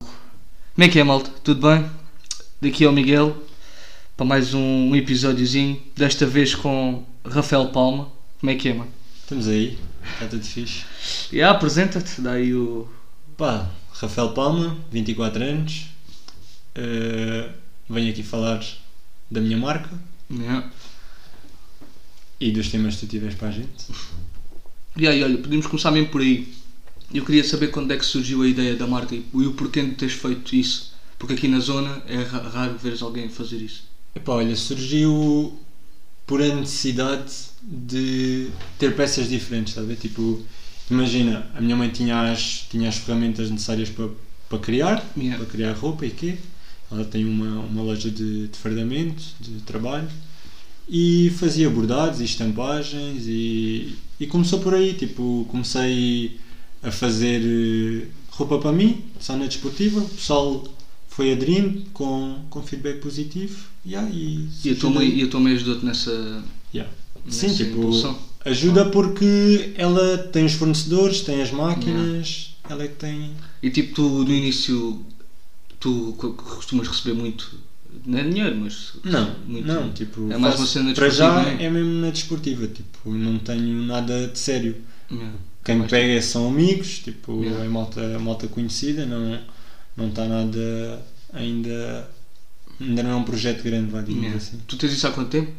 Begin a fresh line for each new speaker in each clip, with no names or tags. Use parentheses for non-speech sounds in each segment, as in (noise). Como é que é, malta? Tudo bem? Daqui é o Miguel para mais um episódiozinho, desta vez com Rafael Palma. Como é que é, mano?
Estamos aí, está tudo fixe.
E ah, apresenta-te, dá aí o.
Pá, Rafael Palma, 24 anos. eh, venho aqui falar da minha marca
Yeah.
e dos temas que tu tiveres para a gente.
E aí, olha, podemos começar mesmo por aí. Eu queria saber quando é que surgiu a ideia da marca e e o porquê de teres feito isso. Porque aqui na zona é ra- raro veres alguém fazer isso.
Epá, olha, surgiu por a necessidade de ter peças diferentes, sabe? Tipo, imagina, a minha mãe tinha as, tinha as ferramentas necessárias para, para criar,
Yeah.
para criar roupa e quê. Ela tem uma, uma loja de, de fardamento, de trabalho, e fazia bordados e estampagens e, e começou por aí, tipo, comecei a fazer eh, roupa para mim, só na desportiva, o pessoal foi aderindo com, com feedback positivo, yeah, e...
E a tua mãe, e a tua mãe ajudou-te nessa.
Yeah.
nessa
Sim, tipo,
impulsão?
ajuda porque ela tem os fornecedores, tem as máquinas, ela é que tem...
E tipo, tu no início, tu co- costumas receber muito, não é dinheiro, mas.
Não,
muito-
não, tipo,
É mais uma
faço-
cena
para já
desportiva, né?
é mesmo na desportiva, tipo, não tenho nada de sério.
Yeah.
Quem me
Mas-
pega são amigos, tipo,
é? Yeah.
é malta, malta conhecida, não é? não está nada ainda. Ainda não é um projeto grande, vá digamos
Yeah.
assim.
Tu tens isso há quanto tempo?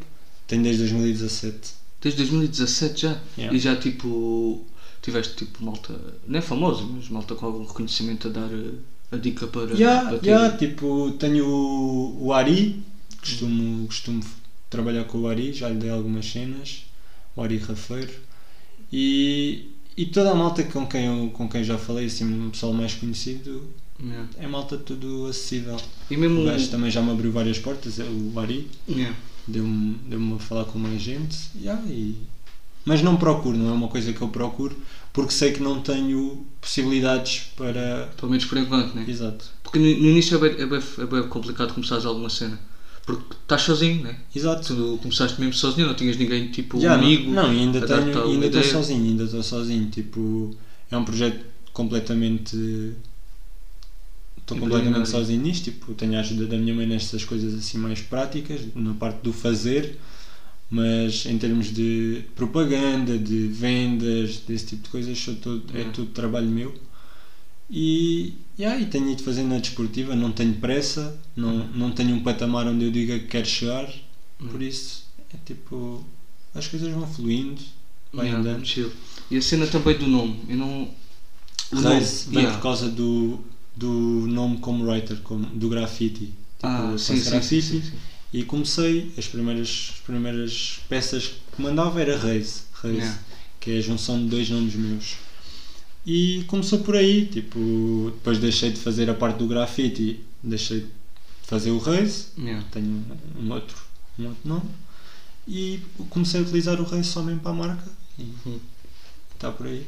Tenho desde 2017.
Desde 2017 já.
Yeah.
E já tipo. Tiveste tipo malta. Não é famoso, mas malta com algum reconhecimento a dar eh, a dica para.
Já,
para ti.
já, tipo, tenho o, o Ari, costumo, costumo trabalhar com o Ari, já lhe dei algumas cenas, o Ari Rafeiro, e, e toda a malta com quem, eu, com quem já falei, assim, um pessoal mais conhecido,
Yeah.
é malta tudo acessível.
E
O
mesmo.
gajo tá. também já me abriu várias portas, é o Ari,
Yeah.
deu-me deu a falar com mais gente, já, e... mas não procuro, não é uma coisa que eu procuro, porque sei que não tenho possibilidades para...
Pelo menos por enquanto, né?
Exato.
Porque no, no início é bem, é, bem, é bem complicado começares alguma cena. Porque estás sozinho, né?
Exato.
Tu começaste mesmo sozinho, não tinhas ninguém tipo
Já, não-
amigo.
Não, ainda
a dar-te
tenho,
alguma
ainda estou
ideia.
sozinho, ainda estou sozinho. Tipo, é um projeto completamente. Estou
Empreendedor.
completamente sozinho nisto. Tipo, tenho a ajuda da minha mãe nestas coisas assim mais práticas, na parte do fazer, mas em termos de propaganda, de vendas, desse tipo de coisas, sou todo- é
Hum.
tudo trabalho meu. E, yeah, e tenho ido fazendo na desportiva, não tenho pressa,
Uhum.
não, não tenho um patamar onde eu diga que quero chegar,
Hum.
por isso é tipo. As coisas vão fluindo, vai
Yeah,
andando.
chill. E a cena também do nome. Eu não. o nome-
Reis vem
yeah.
por causa do, do nome como writer, como, do graffiti. Tipo,
Ah,
eu
sim,
faço
sim, sim,
graffiti
sim, sim.
E comecei, as primeiras, as primeiras peças que mandava era Reis, Reis
Yeah.
que é a junção de dois nomes meus. E começou por aí, tipo, depois deixei de fazer a parte do graffiti, deixei de fazer o Reis,
Yeah.
tenho um outro, um outro nome, e comecei a utilizar o Reis só mesmo para a marca, e
Uhum.
está por aí.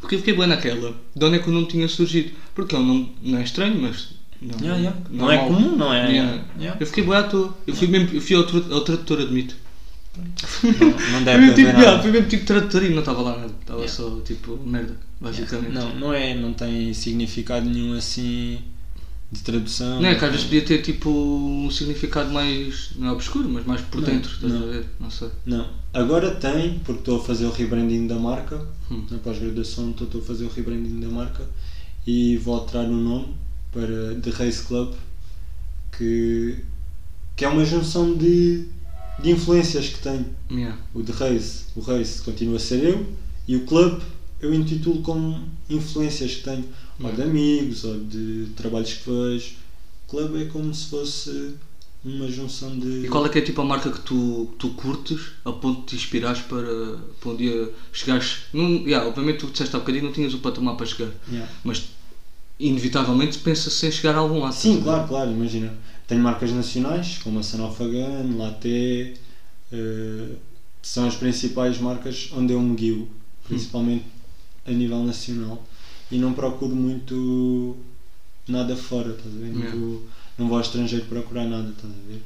Porque eu fiquei bem naquela. De onde é que o nome tinha surgido? Porque é um nome. Não é estranho, mas. Não,
Yeah, yeah.
não
Não é
mal.
comum, não é?
Yeah. (laughs)
Yeah.
Eu fiquei bem à toa. Eu fui, mesmo, eu fui ao, tra- ao tradutor, admito.
Não, não
Foi
deve
mesmo,
haver
tipo,
nada.
yeah, fui mesmo tipo tradutor e não estava lá nada. Estava
Yeah.
só tipo merda, basicamente.
Não, não é, não tem significado nenhum assim de tradução.
Não é que às vezes podia ter tipo um significado mais. não é obscuro, mas mais por
Não,
dentro, estás
não.
a ver? Não sei.
Não. Agora tem, porque estou a fazer o rebranding da marca.
Hum.
Na pós-graduação então estou estou a fazer o rebranding da marca e vou alterar o nome para The Race Club, que, que é uma junção de, de influências que tem.
Yeah.
O The Race, o Race continua a ser eu e o Club eu intitulo como influências que tenho,
Hum.
ou de amigos, ou de trabalhos que vejo. Club é como se fosse uma junção de.
E qual é que é tipo a marca que tu, que tu curtes a ponto de te inspirares para, para um dia chegares. Num, yeah, obviamente tu disseste há bocadinho não tinhas o patamar para chegar,
Yeah.
mas inevitavelmente pensa-se em chegar a algum lado.
Sim,
estás a ver?
claro, claro, imagina. Tenho marcas nacionais, como a Sanofagan, Latte, eh, são as principais marcas onde eu me guio, principalmente a nível nacional. E não procuro muito nada fora, estás a ver? Não
Yeah.
vou- Não vou ao estrangeiro procurar nada, estás a ver?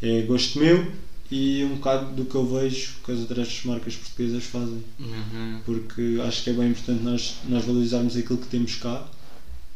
É gosto meu e um bocado do que eu vejo que as outras marcas portuguesas fazem
Yeah, yeah, yeah.
porque acho que é bem importante nós, nós valorizarmos aquilo que temos cá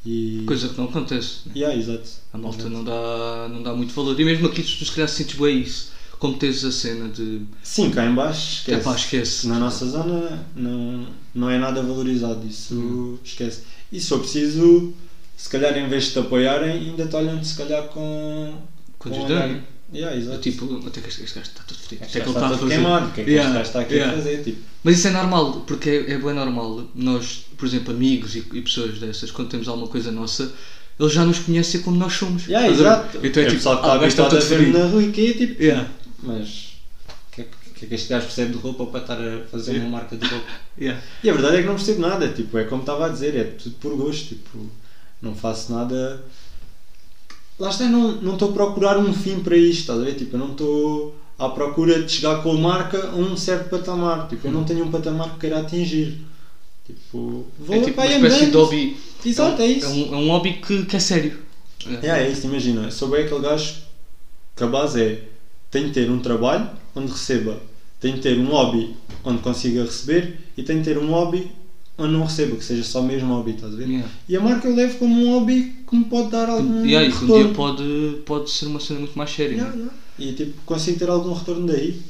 E...
Coisa que não acontece. né?
Yeah, exato.
A malta
Exato.
não dá, não dá muito valor. E mesmo aqui tu se calhar sentes bem isso. Como tens a cena de.
Sim, cá em baixo esquece.
Epá, esquece.
Na nossa zona não, não é nada valorizado, isso
Uhum.
esquece. E se for preciso, se calhar em vez de te apoiarem, ainda te olham se calhar com. um
Com
olhar.
desdém.
Yeah, exato.
né? Tipo, até que este este gajo está todo fodido. Até que ele
Este gajo está
está a
todo
fazer.
queimado, o que é que este
Yeah,
gajo está aqui
yeah.
a fazer? Tipo,
Mas isso é normal, porque é, é bem normal. Nós, por exemplo, amigos e, e pessoas dessas, quando temos alguma coisa nossa, eles já nos conhecem como nós somos.
yeah,
Estás a ver? Então
exato.
é,
o
tipo,
pessoal que
ah, o gajo
está
está
habituado
todo
a ver
fodido.
na rua e que é tipo.
Yeah,
Mas o que, é que- o que é que este gajo percebe de roupa para estar a fazer
Yeah.
uma marca de roupa?
yeah.
E a verdade é que não percebo nada, tipo, é como estava a dizer, é tudo por gosto, tipo, não faço nada. Lá está, eu não não estou a procurar um fim para isto, estás a ver? Tipo, eu não estou à procura de chegar com a marca a um certo patamar, tipo, eu não tenho um patamar que queira atingir. Tipo, vou
Uhum. É tipo
pá,
uma espécie de
andando.
hobby.
Exato, é isso.
É um, é um hobby que, que é sério.
É, é isso, imagina, sou bem aquele gajo que a base é tenho de ter um trabalho onde receba, tenho de ter um hobby onde consiga receber e tenho de ter um hobby onde não receba, que seja só mesmo hobby, estás a ver?
Yeah.
E a marca eu levo como um hobby que me pode dar algum
E aí, que um dia
retorno.
pode, pode ser uma cena muito mais séria.
Yeah,
né?
yeah. E tipo, consigo ter algum retorno daí.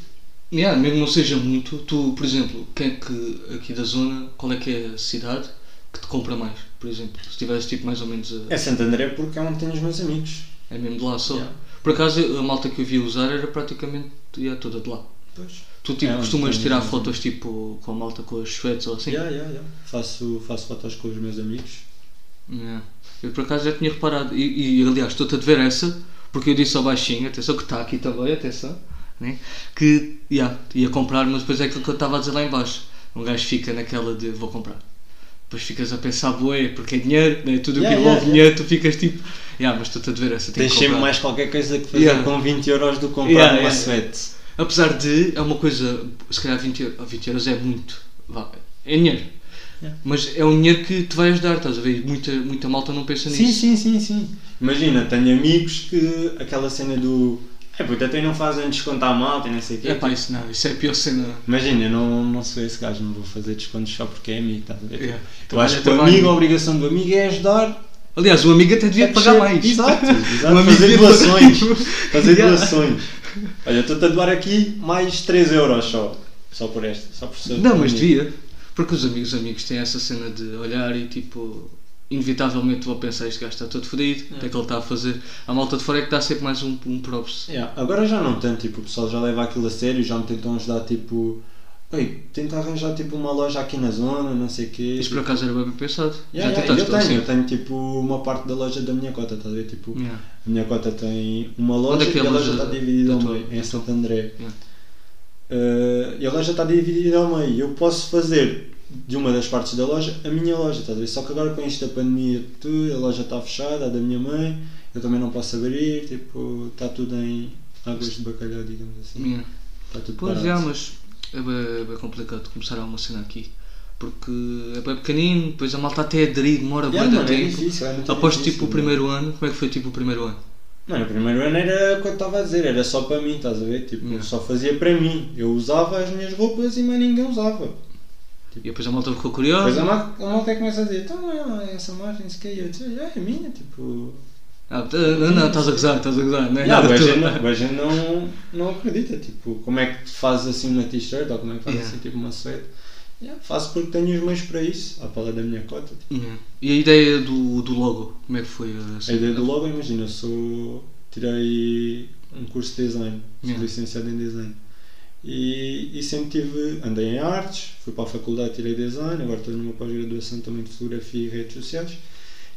Yeah, mesmo não seja muito, tu, por exemplo, quem é que aqui da zona, qual é que é a cidade que te compra mais, por exemplo? Se tivesse tipo mais ou menos a.
É Santo André porque é onde tenho os meus amigos.
É mesmo de lá só.
Yeah.
Por acaso, a malta que eu via usar era praticamente yeah, toda de lá.
Pois.
Tu tipo,
É, onde
costumas
tem-
tirar fotos tipo com a malta com as sweats ou assim?
Yeah, yeah, yeah. Faço, faço fotos com os meus amigos.
Yeah. É. Eu por acaso já tinha reparado. E, e, aliás, estou-te a dever essa, porque eu disse ao baixinho, atenção, que está aqui também, atenção, né? que yeah, ia comprar, mas depois é aquilo que eu estava a dizer lá em baixo. Um gajo fica naquela de vou comprar. Depois ficas a pensar, boé, porque é dinheiro, né? tudo o
Yeah,
que
yeah,
envolve dinheiro, tu ficas tipo, yeah, mas estou-te a dever essa. tenho que
Tens sempre
comprar."
mais qualquer coisa que fazer
Yeah.
com 20 euros do que comprar
Yeah,
uma
yeah,
sweat.
Apesar de, é uma coisa, se calhar 20, eu- 20 euros é muito. Vá, é dinheiro.
Yeah.
Mas é um dinheiro que te vai ajudar, estás a ver? Muita, muita malta não pensa
Sim,
nisso.
sim, sim, sim. Imagina, tenho amigos que aquela cena do. É puta, até não fazem desconto à malta e não sei o quê.
É pá, isso não, isso é a pior cena.
Imagina, eu não, não sou esse gajo, não vou fazer descontos só porque é amigo, estás a ver?
Yeah.
Eu acho que o
Trabalho é
amigo, a
trabalho.
obrigação do amigo é ajudar.
Aliás, o amigo até devia
a
pagar
crescer.
mais.
é,
tá? (laughs)
Exato, exato.
O amigo
fazer
devia-
doações. Fazer
Yeah.
doações. Olha, estou-te a doar aqui mais 3 euros só. Só por esta. Só por ser
Não, mas
amigo.
devia. Porque os amigos amigos têm essa cena de olhar e tipo. Inevitavelmente vou pensar, este gajo está todo fodido, o que é que ele está a fazer? A malta de fora é que dá sempre mais um, um props.
Yeah, Agora já não tanto, tipo, o pessoal já leva aquilo a sério, já me tentam ajudar, tipo, Ei, tenta arranjar tipo uma loja aqui na zona, não sei o quê.
Isso por acaso era bem pensado.
É. Yeah,
Já
yeah,
tentaste
eu tenho,
assim?
eu tenho tipo uma parte da loja da minha cota, estás a ver? Tipo,
Yeah.
a minha cota tem uma loja
Onde é que é
e a
a
loja
loja
está dividida ao
da tua-
meio,
da
em Santo André.
Yeah.
Eh, e a loja está dividida ao meio. Eu posso fazer de uma das partes da loja a minha loja, estás a ver? Só que agora com isto da pandemia tudo, a loja está fechada, a da minha mãe, eu também não posso abrir, tipo, está tudo em águas de bacalhau, digamos assim.
Yeah.
Está tudo
Pois
parado.
é, mas é bem, é bem complicado começar alguma cena aqui. Porque é bem pequenino, depois a malta até aderir, demora
Yeah,
muito
mano, é
tempo.
difícil, é muito
Após
difícil,
tipo o
mano.
primeiro ano, como é que foi tipo o primeiro ano?
Mano, o primeiro ano era o que eu estava a dizer, era só para mim, estás a ver? Tipo,
Yeah.
só fazia para mim. Eu usava as minhas roupas e mais ninguém usava.
E depois a malta ficou
Depois
curiosa.
a malta, a malta começa a dizer, então é essa margem, se calhar, eu disse, "Ah, é minha, tipo.
Ah, tá- não, não, estás a gozar, estás a gozar, não é
Yeah,
nada
o gajo
tua.
Uhum. não, o gajo não, não acredita, tipo, como é que tu fazes assim uma t-shirt ou como é que fazes
Yeah.
assim tipo uma suede? Yeah, faço porque tenho os meios para isso, à pala da minha cota. Tipo.
Yeah. E a ideia do, do logo, como é que foi?
A ideia do logo, imagina, eu sou. Tirei um curso de design, sou
Yeah.
licenciado em design. E, e sempre tive. Andei em artes, fui para a faculdade, tirei design, agora estou numa pós-graduação também de fotografia e redes sociais.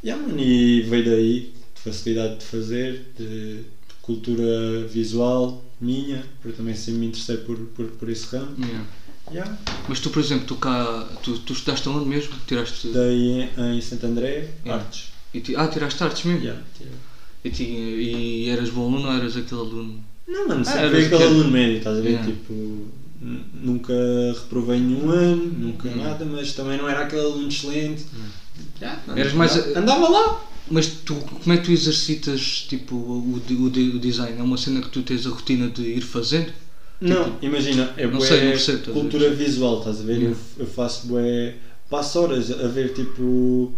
E, ah, mano, e veio daí, de facilidade de fazer, de, de cultura visual minha, porque também sempre me interessei por, por, por esse ramo.
Yeah.
Yeah.
Mas tu, por exemplo, tu cá, tu, tu estudaste aonde mesmo? Tiraste.
Daí em, em Santo André,
Yeah.
artes.
E ti- ah, tiraste artes mesmo?
Yeah, tirei.
E, ti- e eras bom aluno ou eras aquele aluno?
Não, mano,
Ah,
sempre
era
fui aquele
pequeno.
aluno médio, estás a ver?
Yeah.
Tipo, n- nunca reprovei nenhum ano, nunca
Uhum.
nada, mas também não era aquele aluno excelente. Yeah, mano,
Eras mais-
andava- Andava lá!
Mas tu, como é que tu exercitas tipo, o, de- o, de- o design? É uma cena que tu tens a rotina de ir fazendo?
não, imagina, é
não
bué
sei, não percebo, estás a ver?
cultura visual, estás a ver? Eu,
Yeah.
eu faço bué. Passo horas a ver, tipo.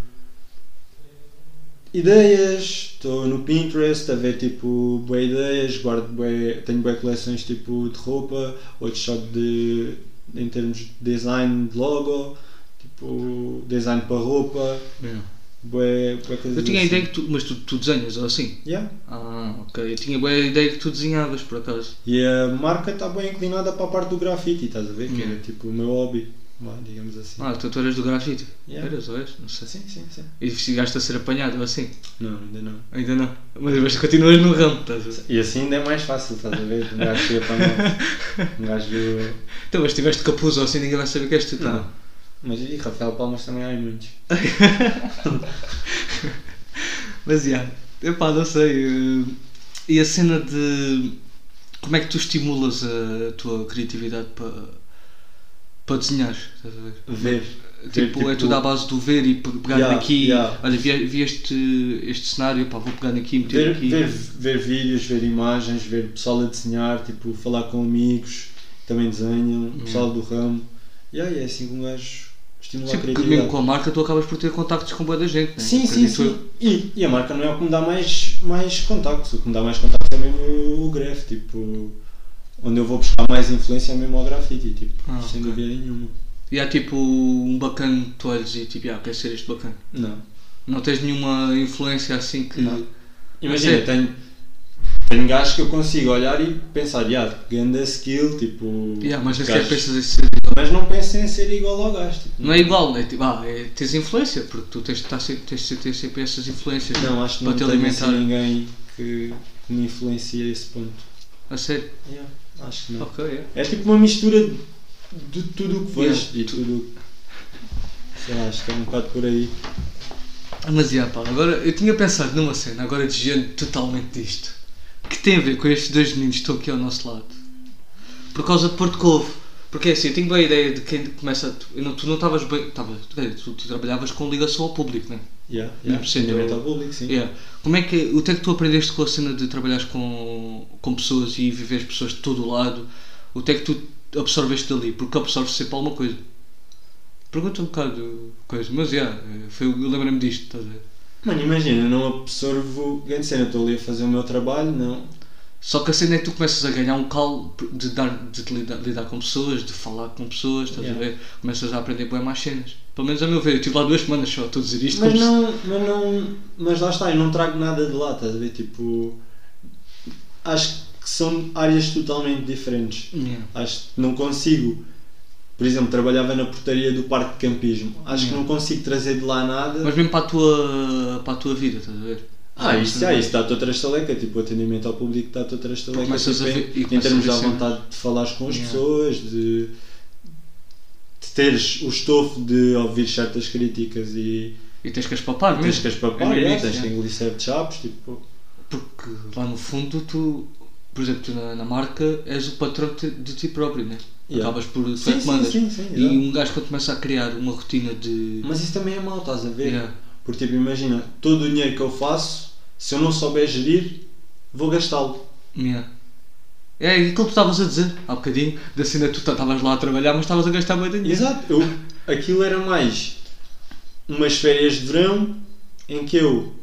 ideias, estou no Pinterest a ver tipo boas ideias, guardo bué, tenho boas coleções tipo de roupa, outros só de em termos de design de logo, tipo design para roupa,
Yeah.
bué, bué coisas
Eu tinha a
assim.
ideia que tu. Mas tu, tu desenhas ou assim?
Yeah.
Ah, ok. Eu tinha bem a ideia que tu desenhavas por acaso.
E a marca está bem inclinada para a parte do grafite, estás a ver? Que
Yeah.
era tipo o meu hobby, vá, digamos assim.
Ah, então tu eras do grafite.
Yeah.
Eras ou és? Não sei.
Sim, sim, sim.
E chegaste a ser apanhado ou assim?
Não, ainda não.
Ainda não. Mas, mas continuas no ramo, estás a ver?
E assim ainda é mais fácil, estás a ver? Um gajo que apanha. Um gajo. que-
Então, mas tiveste capuz ou assim, ninguém vai saber que és tu também.
Não. Mas e Rafael Palmas também há muitos.
Mas, já. Epá, não sei. eh, E a cena de... Como é que tu estimulas a tua criatividade para... Para desenhar, estás a ver?
Ver. ver,
Tipo, é tudo à base do ver e pe- pegar
Yeah,
daqui.
yeah.
Olha, vi, vi este, este cenário, pá, vou pegar daqui e meter
Ver,
aqui.
ver, ver vídeos, ver imagens, ver pessoal a desenhar, tipo, falar com amigos que também desenham, pessoal do ramo. E aí é assim que um gajo estimula
Sim,
a
porque mesmo
criatividade.
com a marca tu acabas por ter contactos com boa da gente, né?
Sim, sim,
Acredito eu.
sim. E, e a marca não é o que me dá mais, mais contactos. O que me dá mais contactos é mesmo o, o graf, tipo, onde eu vou buscar mais influência é mesmo ao grafite, tipo,
Ah, ok.
sem dúvida nenhuma.
E há tipo um bacana, tu olhas e tipo, ah, quer ser este bacana.
Não.
Não tens nenhuma influência assim que.
Não.
Mas
Imagina,
é-
tenho, tenho gajos que eu consigo olhar e pensar, yeah, ganda skill, tipo.
Yeah, mas nem
gajo-
sequer pensas assim.
mas não penso em ser igual ao gajo, tipo.
Não é igual, é tipo, ah, é, tens influência, porque tu tens de estar sempre- tens de ter sempre essas influências
Não, acho que
para
não
te
tenho
alimentar.
assim ninguém que, que me influencia a esse ponto.
A sério?
Yeah, acho que não.
Ok, é.
É tipo uma mistura de, de tudo o que vejo
Yeah.
e tudo o que. Sei lá, acho que é um bocado por aí.
Mas yeah, pá, agora eu tinha pensado numa cena, agora desviando totalmente disto, que tem a ver com estes dois meninos que estão aqui ao nosso lado. Por causa de Porto Covo. Porque é assim, eu tenho bem a ideia de quem começa. a- Tu eu não, tu não estavas bem. Estavas, tu, tu trabalhavas com ligação ao público, não é?
Yeah,
Não
yeah.
percebo.
Atendimento ao público, sim.
Yeah. Como é que, o que é que tu aprendeste com a cena de trabalhares com, com pessoas e viveres pessoas de todo o lado? O que é que tu absorveste dali? Porque absorves sempre alguma coisa. Pergunta um bocado coisa, mas yeah, eh, foi, eu lembrei-me disto, estás a ver?
Mano, imagina, eu não absorvo grande cena, estou ali a fazer o meu trabalho, não.
Só que a cena é que tu começas a ganhar um calo de, dar, de te lidar, lidar com pessoas, de falar com pessoas, estás
Yeah.
a ver? Começas a aprender bem mais cenas. Pelo menos a meu ver, eu estive lá duas semanas só, estou a dizer isto
Mas
como se-
não, mas não. Mas lá está, eu não trago nada de lá, estás a ver? Tipo. Acho que são áreas totalmente diferentes.
Yeah.
Acho que não consigo. Por exemplo, trabalhava na portaria do parque de campismo. Acho que
Yeah.
não consigo trazer de lá nada.
Mas mesmo para a tua, para a tua vida, estás a ver?
Ah, isso
é.
já, isso dá-te outra estaleca, tipo, o atendimento ao público dá-te outra estaleca,
Começas
tipo,
a ver- e
em, em
começas
termos
a
da
ver cenas.
vontade de falares com as
Yeah.
pessoas, de, de teres o estofo de ouvir certas críticas e
E tens que as papar
tens
mesmo.
que as
É
papar,
mesmo
yeah,
isso,
tens
yeah.
que engolir certos chapos, tipo,
Porque lá no fundo tu, por exemplo, tu na, na marca és o patrão de, de ti próprio, né?
Yeah.
Acabas por tu é
sim,
que
sim,
mandas.
sim, sim,
E
exato.
um gajo quando começa a criar uma rotina de.
Mas isso também é mau, estás a ver?
Yeah.
Porque, tipo, imagina, todo o dinheiro que eu faço, se eu não souber gerir, vou gastá-lo.
Yeah. É aquilo que tu estavas a dizer há bocadinho, da cena que tu estavas lá a trabalhar, mas estavas a gastar muito dinheiro.
Exato, eu, aquilo era mais umas férias de verão em que eu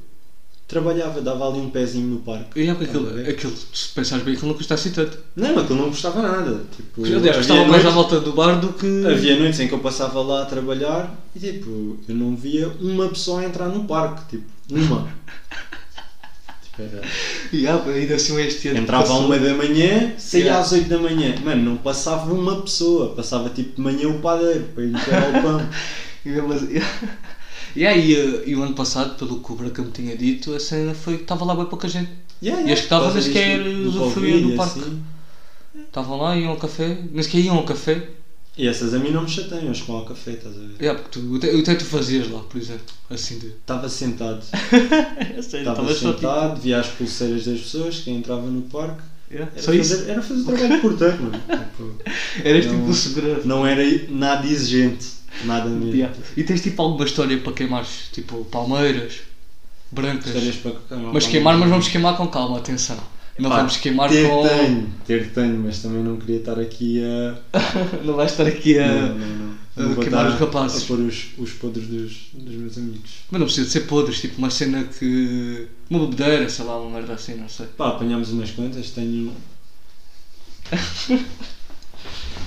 trabalhava, dava ali um pezinho no parque.
E é porque
Estás a
aquilo,
ver?
aquilo, se pensares bem, aquilo não custa assim tanto.
Não, aquilo não custava nada. Tipo,
Aliás,
havia
estava mais à
noites-
volta do bar do que.
Havia noites em que eu passava lá a trabalhar e tipo, eu não via uma pessoa entrar no parque, tipo, (laughs) uma. Tipo, era-
E há, ainda assim este ano.
Entrava um- à
passou.
uma da manhã, saía
Yeah.
às 8 da manhã. Mano, não passava uma pessoa, passava tipo de manhã o padeiro para ir meter ao pão.
E mesmo assim- (laughs) E aí, eh, e o ano passado, pelo que o Braca me tinha dito, a cena foi que estava lá bem pouca gente.
(laughs) Yeah,
E as que estavam
por causa
nem sequer
disto do- do
usufruíam
Covid
do
e
parque.
assim.
Estavam lá, iam ao café, nem sequer iam ao café.
E essas a mim não me chateiam, as com ao café, estás a ver?
É, porque tu, o te- o que é que tu fazias lá, por exemplo? Assim
(laughs)
de. (laughs)
Estava sentado,
É sério,
estava sentado, via as pulseiras das pessoas que entravam no parque. tipo, Era
Só
fazer,
isso?
Era fazer trabalho de porteiro,
(laughs)
mano. Tipo,
Eras tipo
Não.
o segurança.
não era nada exigente, nada mesmo.
Yeah. E tens tipo alguma história para queimares? Tipo Palmeiras, Brancas.
Histórias para queimar.
Mas queimar, mas vamos queimar com calma, atenção. Não
Pá,
vamos queimar
ter
com.
tenho, ter tenho, mas também (laughs) não queria estar aqui a...
Não vais estar aqui a.
Não, não, não. Não vou
É, queimar
estar
os rapazes.
A pôr os, os podres dos, dos meus amigos.
Mas não precisa de ser podres, tipo uma cena que. Uma bebedeira, sei lá, uma merda assim, não sei.
Pá, apanhámos umas
(laughs)
quantas, tenho. um.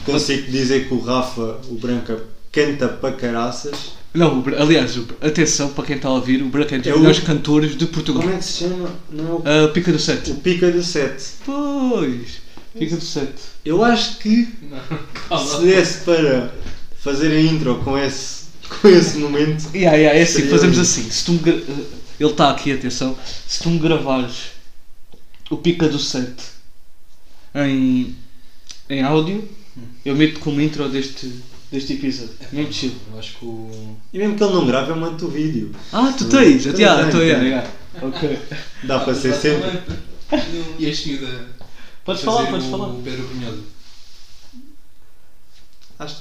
Consigo dizer que o Rafa, o Branca, canta para caraças.
Não, o Bra- aliás, o Bra- atenção para quem está a ouvir, o Branco é um dos
É o-
melhores cantores de Portugal.
Como é que se chama? Não é o,
Ah, Pica do Sete.
o Pica do Sete.
Pois, Pica do Sete.
Eu acho que se desse para fazer a intro com esse, com esse momento.
Yeah, yeah, é assim,
Seria
fazemos
lindo.
assim. Se tu me gra- eh, Ele está aqui, atenção. Se tu me gravares o Pica do 7 em, em áudio, eu meto como intro deste, deste episódio.
É
Mesmo chill.
Eu acho que o.
E mesmo que ele não grave, eu mando o vídeo.
Ah, tu tens!
Eu
Yeah,
tenho,
então, yeah,
tenho.
yeah.
(laughs)
Ok.
Dá para ser sempre.
E este miúdo a
Podes
fazer
falar, podes
o
um-
falar.
Pedro Brunhoso.
Acho,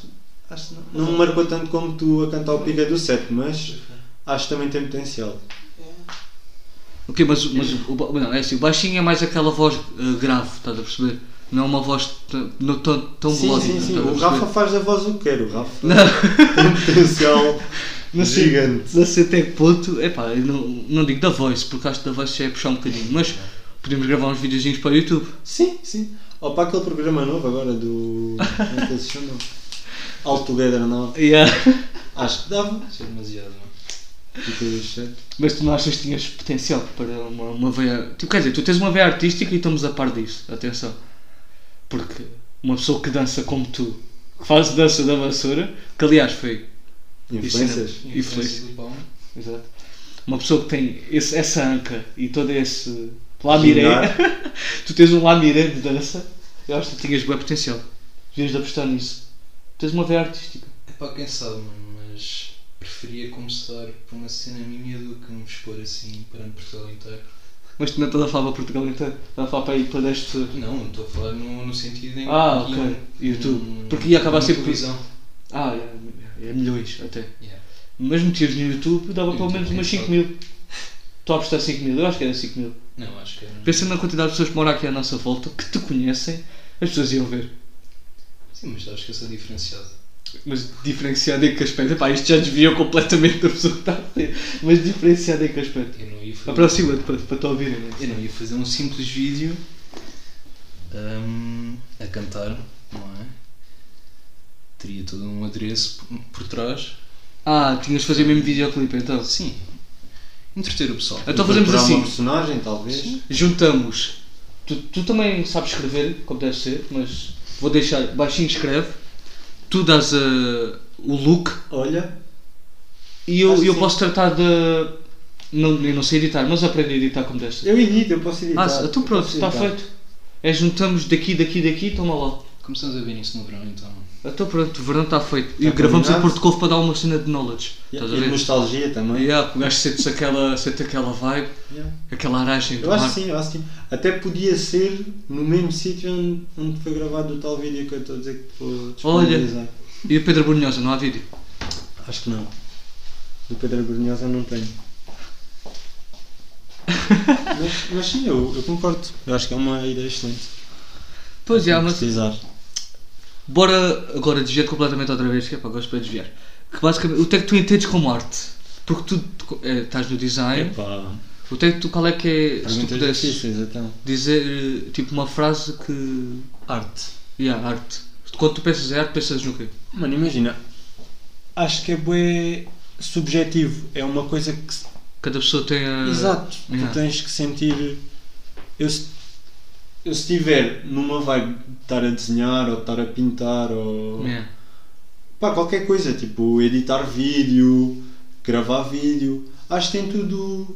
acho que não, não me marcou tanto como tu a cantar o Pica do Sete, mas acho que também tem potencial.
Ok, mas, mas o, ba- não, é assim, o baixinho é mais aquela voz eh, grave, estás a perceber? Não é uma voz t- não tão, tão
Sim,
melódica.
sim, sim.
estás a
O
perceber?
Rafa faz da voz o que quer. O Rafa tem potencial
Não sei-
gigante.
Não sei até que ponto, é epá, eu não, não digo da voz, porque acho que da voz já é puxar um bocadinho, mas podemos gravar uns videozinhos para o YouTube.
(laughs) Sim, sim. Ou para aquele programa novo agora do. Como é que ele se chama? All Together Now.
Yeah.
Acho que dava.
Isso é demasiado, não é?
Fica aí chato.
(laughs) Mas tu não achas que tinhas potencial para uma, uma veia. Tu, quer dizer, tu tens uma veia artística e estamos a par disso, atenção. Porque uma pessoa que dança como tu, que faz dança da vassoura, que aliás foi.
Influências.
E
Influência do Palma.
Exato. Uma pessoa que tem esse- essa anca e todo esse. Lamiré.
Girar.
Tu tens um lamiré de dança, eu acho que tinhas bom potencial. Devias de apostar nisso. Tens uma veia artística.
É pá, quem sabe, mano, mas preferia começar por uma cena minha do que me expor assim perante Portugal inteiro.
Mas tu não estás a falar para Portugal inteiro, estás a falar para aí para 10 pessoas.
Não, estou a falar no, no sentido em
Ah,
que
ok.
iam-
YouTube.
num-
Porque ia acabar
numa
sempre por-
televisão.
Ah, é, é milhões até.
Yeah.
Mas metias no YouTube dava pelo
YouTube,
menos umas
quem
5
sabe?
mil. Estou a apostar 5 mil, eu acho que era 5 mil.
Não, acho que era.
Pensando na quantidade de pessoas que moram aqui à nossa volta, que te conhecem, as pessoas iam ver.
Sim, mas acho que eu sou diferenciado.
Mas diferenciado em que aspecto? Epá, isto já desviou completamente da pessoa que está a ver. Mas diferenciado em que aspecto?
Eu não ia fazer,
Aproxima-te para, para te ouvirem. né?
eu não ia fazer um simples vídeo hum, a cantar, não é? Teria todo um adereço por, por trás.
Ah, tinhas de fazer mesmo videoclipe então.
Sim. Entreter o pessoal.
Então fazemos
Incorporar
assim.
uma personagem, talvez.
juntamos. Tu, tu também sabes escrever, como deve ser, mas vou deixar. Baixinho escreve, tu dás uh, o look
Olha.
e eu,
Acho que
eu
sim.
posso tratar de. Não, eu não sei editar, mas aprendo a editar como deve ser.
Eu edito, eu posso editar.
Ah, se- tu
Eu
pronto,
posso
está
editar.
feito. É juntamos daqui, daqui, daqui, toma lá.
Começamos a ver isso no verão então.
Então pronto, o verão está feito. E
Está
gravamos em
combinado.
Porto Covo para dar uma cena de knowledge. Estás a
E de
ver?
nostalgia também.
Yeah, o gajo sente-se aquela, sente aquela vibe,
Yeah.
aquela aragem do
Eu acho
mar.
que sim, eu acho que sim. Até podia ser no mesmo sítio onde, onde foi gravado o tal vídeo que eu estou a dizer que vou disponibilizar.
E o Pedro Brunhosa, não há vídeo?
Acho que não. Do Pedro Brunhosa
(laughs)
não tenho. mas, mas sim, eu, eu concordo. Eu acho que é uma ideia excelente.
Pois é,
Vou
mas
pesquisar.
Bora agora desviar completamente outra vez, que é para gosto para desviar. Que basicamente, o que é que tu entendes como arte? Porque tu tu, eh, estás no design,
Epá,
o que é que tu, qual é que é, se tu
perguntas
pudesses
difíceis então.
dizer eh, tipo uma frase que.
Arte.
Yeah, arte. Quando tu pensas em arte, pensas no quê?
Mano, imagina. Acho que é bué subjetivo. É uma coisa que se
Cada pessoa tem a.
Exato,
Uhum. yeah.
tu tens que sentir. Eu se eu se estiver numa vibe de estar a desenhar ou de estar a pintar ou.
Yeah.
pá, qualquer coisa, tipo editar vídeo, gravar vídeo, acho que tem tudo.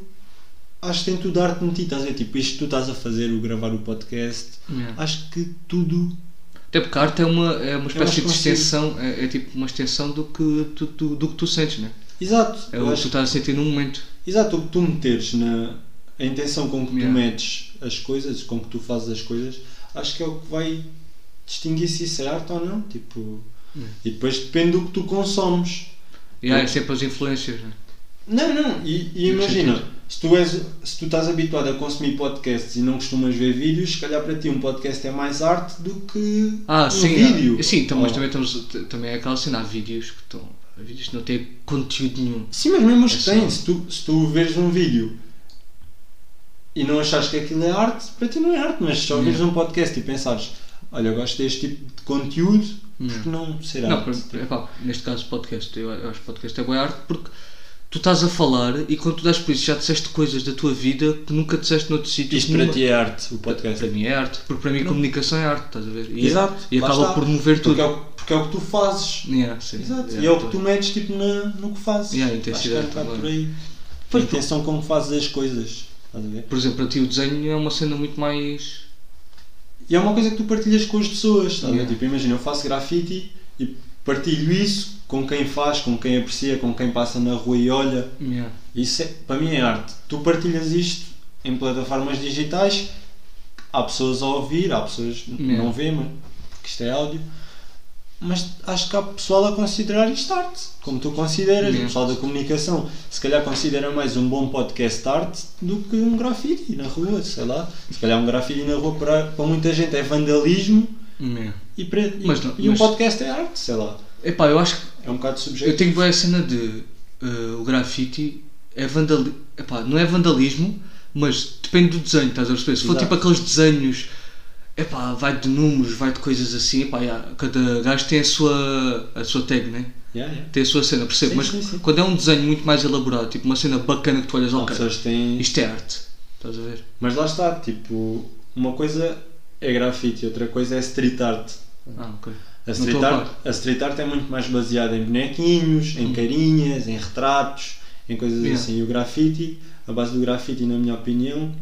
Acho que tem tudo arte metido, estás a ver? Tipo, isto que tu estás a fazer, o gravar o podcast,
Yeah.
acho que tudo.
Até porque a arte é uma, é uma
acho
espécie
que
de
consigo.
extensão, é, é tipo uma extensão do que tu, tu- do que tu sentes, né?
Exato,
É
eu
o que
acho
tu estás a sentir no momento.
Exato, o que tu meteres na a intenção com que tu
Yeah.
metes as coisas, com que tu fazes as coisas, acho que é o que vai distinguir se isso é arte ou não. Tipo,
Yeah.
E depois depende do que tu consomes.
E yeah, é sempre as influências, né?
Não, não, e, e
Em que
imagina,
sentido?
se tu, és, se tu estás habituado a consumir podcasts e não costumas ver vídeos, se calhar para ti um podcast é mais arte do que
Ah,
um
sim.
vídeo.
ah, sim, então, mas
Oh.
também, estamos, t- também é aquela cena. Há vídeos que estão. há Vídeos que não têm conteúdo nenhum.
Sim, mas mesmo os que
É
têm,
só-
se tu, se tu veres um vídeo e não achares que aquilo é arte, para ti não é arte, mas se só
Yeah.
veres um podcast e pensares, olha, eu gosto deste tipo de conteúdo, porque não será
Não, por- por- epá, neste caso podcast, eu eu acho que podcast é boa arte porque tu estás a falar e quando tu das por isso já disseste coisas da tua vida que nunca disseste noutro sítio.
Isto
que
para
nunca-
ti é arte, o
Para
podcast.
mim é arte, porque para mim comunicação é arte, estás a ver? E,
Exato,
E
lá
acaba
está.
por mover
Porque
tudo.
é, o- porque é o que tu fazes.
Yeah, sim.
Exato,
Yeah,
e é o que
tô-
tu metes tipo, na, no que fazes.
Yeah, a
Acho que é um
intensidade
bocado
também.
por aí. A
Pois,
intenção como fazes as coisas. Estás a ver?
Por exemplo, para ti o desenho é uma cena muito mais.
E é uma coisa que tu partilhas com as pessoas, sabe?
Yeah.
Tipo, imagina, eu faço grafite e partilho isso com quem faz, com quem aprecia, com quem passa na rua e olha.
Yeah.
Isso é, para mim é arte. Tu partilhas isto em plataformas digitais, há pessoas a ouvir, há pessoas que
Yeah.
não vê, mas porque isto é áudio. Mas acho que há pessoal a considerar isto arte, como tu consideras,
Yeah.
o pessoal da comunicação. Se calhar considera mais um bom podcast arte do que um grafite na rua, sei lá. Se calhar um grafite na rua para, para muita gente é vandalismo
Yeah.
e, para, e-
Mas não-
e um
mas-
podcast é arte, sei lá.
Epá, eu acho que
É um bocado
Eu
subjetivo.
tenho bem a cena de eh, o grafite é vandalismo. não é vandalismo, mas depende do desenho, estás a perceber? Se for
Exato.
tipo aqueles desenhos, epá, vai de números, vai de coisas assim, epá, já, cada gajo tem a sua, a sua tag, né?
Yeah, yeah.
tem a sua cena, percebo?
Sim,
mas
sim, sim.
quando é um desenho muito mais elaborado, tipo uma cena bacana que tu olhas,
Há
ok,
pessoas que têm.
isto é arte, estás a ver?
Mas lá está, tipo, uma coisa é grafite, outra coisa é street art.
Ah, ok.
A
Não
street
estou a
art, a street art é muito mais baseada em bonequinhos, em carinhas, em retratos, em coisas
Hum. Yeah.
assim. E o grafite, a base do grafite, na minha opinião,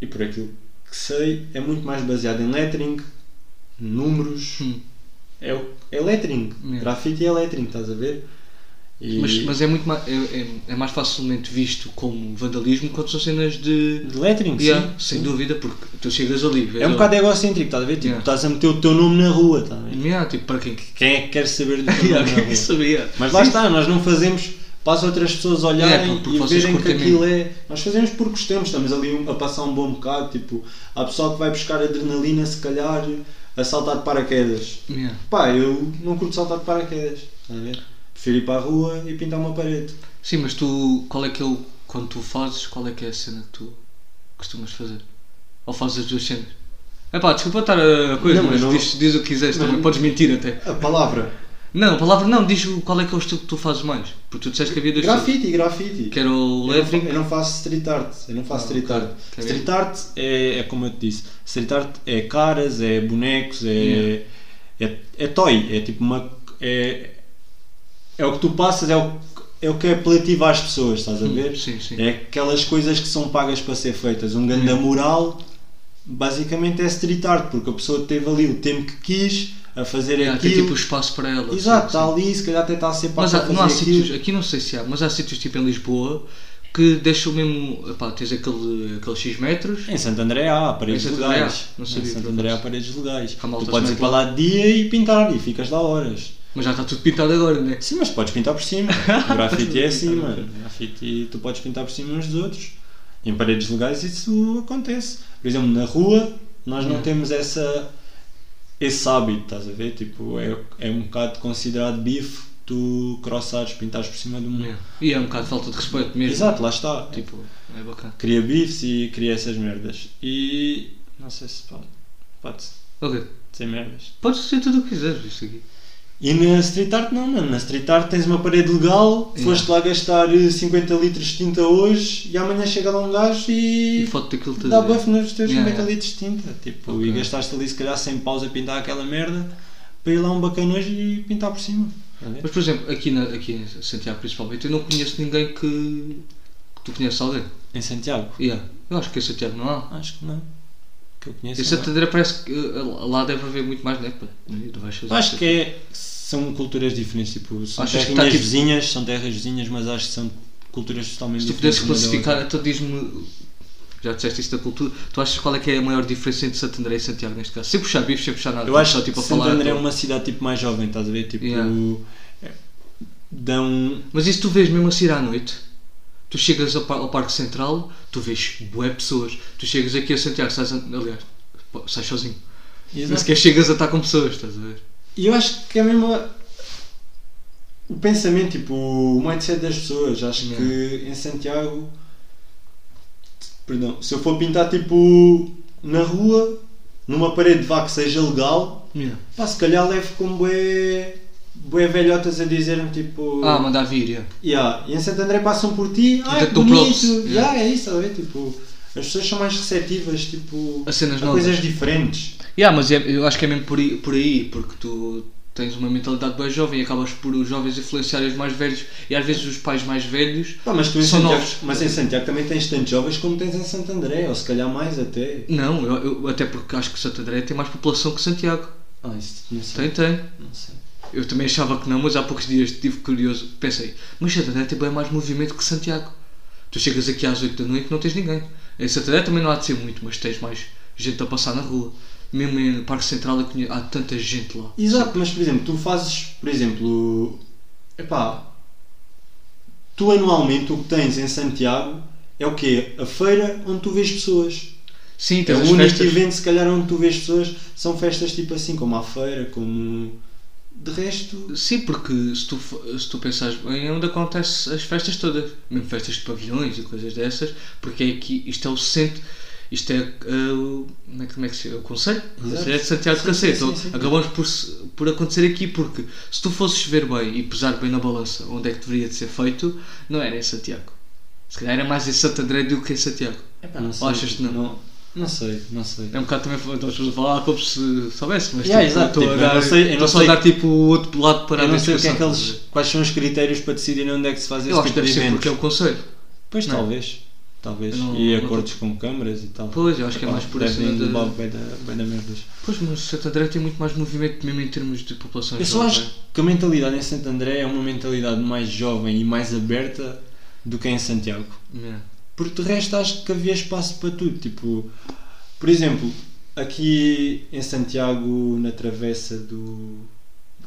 e por aquilo que sei, é muito mais baseada em lettering, números.
Hum.
É, o- é lettering.
Yeah.
Grafite é lettering, estás a ver? E
Mas, mas é muito mais, é, é- é mais facilmente visto como vandalismo quando são cenas de.
Lettering,
Yeah,
sim.
sem dúvida, porque tu chegas ali. vês
É um
ali.
bocado egocêntrico, estás a ver? Tipo,
Yeah.
estás a meter o teu nome na rua, estás a ver?
Yeah, tipo, para quem
Quem é que quer saber do teu nome na
(laughs) Yeah,
rua?
quem sabia?
Mas lá está, nós não fazemos para as outras pessoas olharem
É, porque
e
vocês
verem que
curtem
aquilo é. Nós fazemos porque gostamos, estamos ali um- a passar um bom bocado. Tipo, há pessoal que vai buscar adrenalina, se calhar, a saltar de paraquedas.
Yeah.
Pá, eu não curto saltar de paraquedas, estás a ver? Prefiro ir para a rua e pintar uma parede.
Sim, mas tu, qual é que é o. Quando tu fazes, qual é que é a cena que tu costumas fazer? Ou fazes as duas cenas? Epá, desculpa estar a coisa,
Não,
mas
eu não-
diz, diz o que quiseres também,
Não.
podes mentir até.
A palavra.
Não, a palavra não, diz o- qual é que é o estilo que tu fazes mais. Porque tu disseste que havia dois estilos.
Grafite, É, grafite.
Que era o
Eu não fa-
lettering.
Eu não faço street art. Eu não faço
Ah,
street
ok.
art.
Tá bem.
Street art é, é como eu te disse. Street art é caras, é bonecos, é,
Yeah.
é, é toy. É tipo uma. É, é o que tu passas, é o, é o que é apelativo às pessoas, estás a
Hum,
ver?
sim, sim.
É aquelas coisas que são pagas para ser feitas. Um ganda
Yeah.
mural, basicamente é street art, porque a pessoa teve ali o tempo que quis a fazer
Yeah, tem
aquilo.
tipo o espaço para ela. sim,
Exato,
sim.
está ali, se calhar até está a ser pago
Mas há-
para
não há
fazer aquilo.
sítios, aqui não sei se há, mas há sítios tipo em Lisboa que deixam mesmo. Epá, tens aquele, aqueles X metros.
Em Santo André há paredes
Em Santo André
legais.
há, não
Em
sabia,
Santo
por
André há
acaso.
paredes legais.
Há malta
Tu podes ir
também
para lá de dia e pintar e ficas lá horas.
Mas já está tudo pintado agora, né?
Sim, mas podes pintar por cima.
(laughs)
O grafite é assim, mano. O Grafite tu podes pintar por cima uns dos outros. Em paredes legais isso acontece. Por exemplo, na rua nós não
Hum.
temos essa esse hábito, estás a ver? Tipo, é, é um bocado considerado bife tu crossares, pintares por cima de um.
E é um bocado de falta de respeito mesmo.
Exato, lá está. Tipo,
Tipo, é bacana.
cria bifes e cria essas merdas. E não sei se pode. Pode
Ok,
sem merdas.
podes dizer tudo o que quiseres isto aqui.
E na street art não, mano. Na street art tens uma parede legal,
Yeah.
foste lá gastar eh, 50 litros de tinta hoje e amanhã chega lá um gajo
E
e,
foto daquilo tudo.
dá buff nos teus
Yeah,
50
yeah.
litros de tinta. Tipo,
Ok.
E gastaste ali se calhar 100 paus a pintar aquela merda para ir lá um bacana hoje e pintar por cima.
Mas por exemplo, aqui, na, aqui em Santiago principalmente, eu não conheço ninguém que. que tu conheces alguém.
Em Santiago?
Yeah. Eu acho que em Santiago não há.
Acho que não. Que eu conheço.
Em
não.
Santander parece que eh, lá deve haver muito mais, né? pá? Não vais fazer
Acho que é, são culturas diferentes, tipo, são
Achas que
terrinhas
tá, tipo-
vizinhas, são terras vizinhas, mas acho que são culturas totalmente
Se tu
diferentes.
pudesses
uma da
classificar,
outra.
então diz-me. Já disseste isso da cultura. Tu achas qual é que é a maior diferença entre Santander e Santiago neste caso? Sem puxar bifes, sem puxar nada.
Eu acho
só
que
tipo a
Santo
falar.
André é
então.
uma cidade tipo mais jovem, estás a ver? Tipo,
Yeah.
é, dão.
Mas isso tu vês mesmo assim à noite? Tu chegas ao, par- ao Parque Central, tu vês bué pessoas. Tu chegas aqui a Santiago, sais, an- aliás, pô, sais sozinho. Mas Nem
Exato.
sequer chegas a estar com pessoas, estás a ver?
E eu acho que é mesmo a- o pensamento, tipo, o mindset das pessoas. Acho
Yeah.
que em Santiago, perdão, se eu for pintar, tipo, na rua, numa parede vá que seja legal, pá, se calhar levo com bué, bué velhotas a dizer-me, tipo,
Ah, mandar vir, yeah.
yeah. e em Santo André passam por ti, ah,
Ainda
é
te dão props.
bonito,
Tipo Yeah.
yeah. é isso, sabe? tipo, as pessoas são mais receptivas, tipo,
A cenas novas.
coisas diferentes.
Yeah, mas é- eu acho que é mesmo por aí, por aí, porque tu tens uma mentalidade bem jovem e acabas por os jovens influenciarem os mais velhos e às vezes os pais mais velhos.
Pá, mas tu em
São
Santiago,
novos.
mas em Santiago também tens tantos jovens como tens em Santo André, ou se calhar mais até.
Não, eu, eu- até porque acho que Santo André tem mais população que Santiago.
Ah, isso não sei.
Tem, tem.
Não sei.
Eu também achava que não, mas há poucos dias estive curioso. Pensei, mas Santo André tem bem mais movimento que Santiago. Tu chegas aqui às 8 da noite e não tens ninguém. Em Santo André também não há de ser muito, mas tens mais gente a passar na rua. Mesmo em Parque Central eu conhe- há tanta gente lá.
Exato, mas por exemplo, tu fazes, por exemplo, epá, tu anualmente o que tens em Santiago é o quê? A feira onde tu vês pessoas.
Sim,
É
tens
o
as
único
festas.
evento, se calhar, onde tu vês pessoas. São festas tipo assim, como a feira, como. De resto.
Sim, porque se tu, fo- se tu pensares bem, é onde acontecem as festas todas, mesmo festas de pavilhões e coisas dessas, porque é aqui, isto é o centro, isto é eh, o- como é que, como é que se, é o Conselho,
Exato.
é de Santiago de
Sim,
Cacete.
sim,
Então,
sim, sim.
acabamos por, se- por acontecer aqui, porque se tu fosses ver bem e pesar bem na balança onde é que deveria de ser feito, não era em Santiago. Se calhar era mais em Santo André do que em Santiago.
Epá, não
Ou achas que não?
Não, não sei, não sei.
É um bocado também então, as pessoas a falar como se soubesse, mas
Yeah,
tipo,
exato,
estou a
tipo, eu
dar-
não sei- eu
estou
não
só a
sei-
dar tipo o outro lado para
Eu
a
não sei o que é que
discussão.
eles, quais são os critérios para decidirem onde é que se faz esse
Eu acho que
tipo de
deve ser
eventos.
porque é o Conselho.
Pois
Não.
talvez, talvez.
Eu não-
e
não tô-
acordos com câmaras e tal.
Pois, eu acho que é mais por isso.
Devem
né, de-
levar bem da, bem da merdas.
Pois, mas Santo André tem muito mais movimento mesmo em termos de população.
Eu só
jovem.
acho que a mentalidade em Santo André é uma mentalidade mais jovem e mais aberta do que é em Santiago.
Yeah.
Porque de resto acho que havia espaço para tudo. Tipo, por exemplo, aqui em Santiago, na travessa do.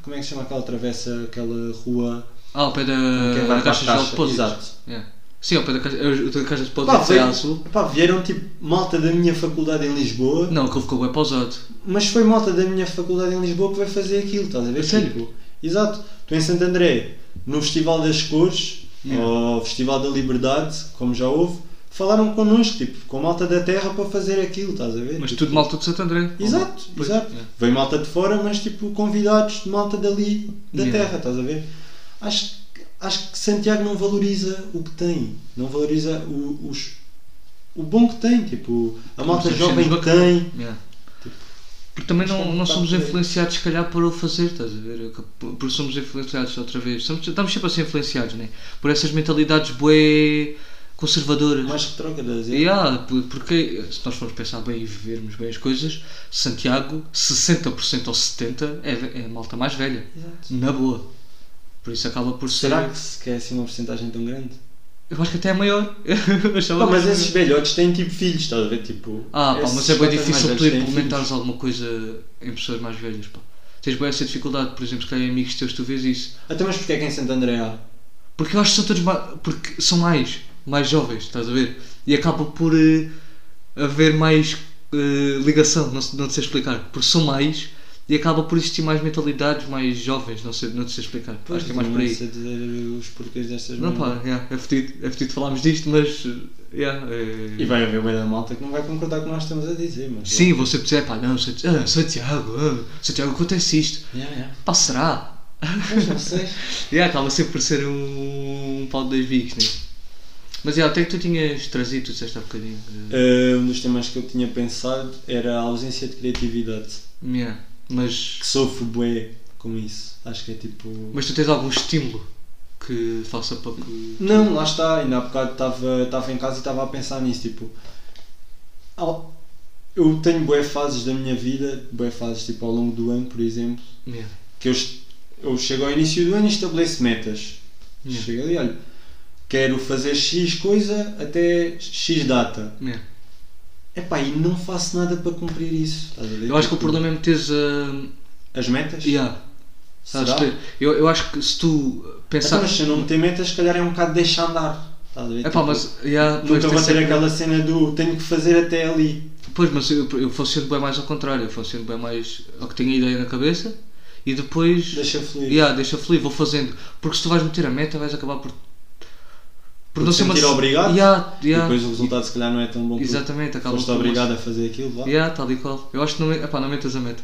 Como é que se chama aquela travessa, aquela rua
Ah, ao pé da,
que
da
vai para a
Caixa Geral de
caixa?
Depósitos.
Exato. Ah,
Yeah. Sim, ao pé da Caixa, eu- eu tenho a caixa de
Pá,
Depósitos é
veio-
azul.
pá, vieram tipo malta da minha faculdade em Lisboa,
Não, aquilo ficou bem pausado.
mas foi malta da minha faculdade em Lisboa que vai fazer aquilo, estás a ver?
A sério?
Tipo, exato. Tu em Santo André, no Festival das Cores,
Yeah.
ou Festival da Liberdade, como já houve, falaram connosco, tipo, com malta da terra para fazer aquilo, estás a ver?
Mas
Tipo,
tudo malta de Santo André.
Exato,
Pois, é.
exato.
yeah.
Veio malta de fora, mas tipo convidados de malta dali, da
Yeah.
terra, estás a ver? Acho, que- acho que Santiago não valoriza o que tem, não valoriza o, os, o bom que tem, tipo, a malta
Mas
jovem
cenas
que tem. Tipo,
bacanas. Yeah. Porque também não,
Mas
não
tá-
somos
tá-
influenciados, se calhar, para o fazer, estás a ver? É Por- Por somos influenciados outra vez. Somos- estamos sempre a ser influenciados, né? Por essas mentalidades bué conservadoras.
Mais é. que troca das
E há, por- porque se nós formos pensar bem e vivermos bem as coisas, Santiago, 60% ou 70% é, ve- é malta mais velha.
Exato.
Na boa. Por isso acaba por ser.
Será que se quer assim uma porcentagem tão grande?
Eu acho que até é maior. (laughs) Eu achava
Pá, mas
que-
esses velhotes têm tipo filhos, estás a ver? Tipo,
Ah, pá, mas
esses
é bem
malta
difícil
mais
tu
velhos têm
implementares
filhos.
alguma coisa em pessoas mais velhas, pá. Tens bem essa dificuldade, por exemplo, se calhar em amigos teus tu vês isso.
Até mas porque é que em Santo André há?
Porque eu acho que são todos mais, porque são mais, mais jovens, estás a ver? E acaba por eh, haver mais eh, ligação, não, se- não te sei explicar. Porque são mais e acaba por existir mais mentalidades mais jovens, não sei, não te sei explicar. acho que é mais por
Não
aí.
sei dizer os porquês destas
Não
merdas.
pá, yeah, é fedido, é fedido falarmos disto, mas. eh, yeah, eh,
E vai haver o da malta que não vai concordar com o que nós estamos a dizer, mas.
Sim, você dizer, pá, não, Sante- ah, Santiago, ah, Santiago acontece isto.
é. Yeah, yeah.
Pá, será?
Pois não sei.
Yeah, acaba sempre por ser um, um pau de dois bicos, né? Mas yeah, até que tu tinhas trazido, tu disseste há bocadinho. eh,
(laughs) Eh, um dos temas que eu tinha pensado era a ausência de criatividade,
Yeah, mas,
que sofre bué com isso. Acho que é tipo.
mas tu tens algum estímulo que faça para que.
Não, lá está, ainda há bocado estava- estava em casa e estava a pensar nisso, tipo. ao- Eu tenho bué fases da minha vida, bué fases tipo ao longo do ano, por exemplo,
Yeah,
que eu, est- eu chego ao início do ano e estabeleço metas.
yeah,
Chego ali, olha, quero fazer X coisa até X data.
yeah.
Epá, e não faço nada para cumprir isso. estás a ver?
Eu acho que o
Tipo,
problema é meteres a.
As metas?
Yeah,
Será?
sabes, ter- eu, eu acho que se tu
Então,
pensar.
mas se eu não meter metas, se calhar é um bocado deixar andar. Estás a ver?
É pá,
Tipo,
mas. Yeah, mas
Nunca
tem
vou ter
sempre-
aquela cena do tenho que fazer até ali.
Pois, mas eu, eu funciono bem mais ao contrário. Eu funciono bem mais ao que tenho a ideia na cabeça e depois.
Deixa fluir.
Yeah, deixa fluir, vou fazendo. Porque se tu vais meter a meta, vais acabar por.
Por te sentir obrigado.
Yeah, yeah.
E depois o resultado se calhar não é tão bom
Exatamente,
porque
acaba
foste
por-
obrigado a fazer aquilo. Vá.
Yeah, tal e qual. Eu acho que não, epá, não metas a meta.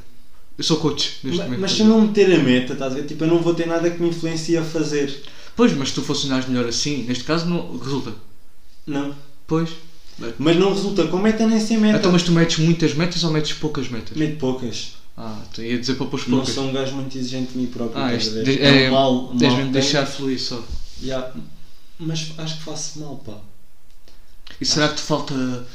Eu sou coach neste
Mas,
momento.
mas se eu não meter a meta, estás a ver? Tipo, eu não vou ter nada que me influencie a fazer.
Pois, mas se tu funcionares melhor assim, neste caso não resulta.
Não.
Pois.
Mas não resulta com meta nem sem meta.
Então, mas tu metes muitas metas ou metes poucas metas?
Meto poucas.
Ah, tu ia dizer para pôr
Não
poucas.
sou um gajo muito exigente de mim próprio.
Ah,
estás
isto
a ver?
de-
É um
é,
mal, um
tens mesmo
mal
de
que
deixar
tenho.
fluir só.
Yeah. Mas acho que faço mal, pá.
E será que te falta,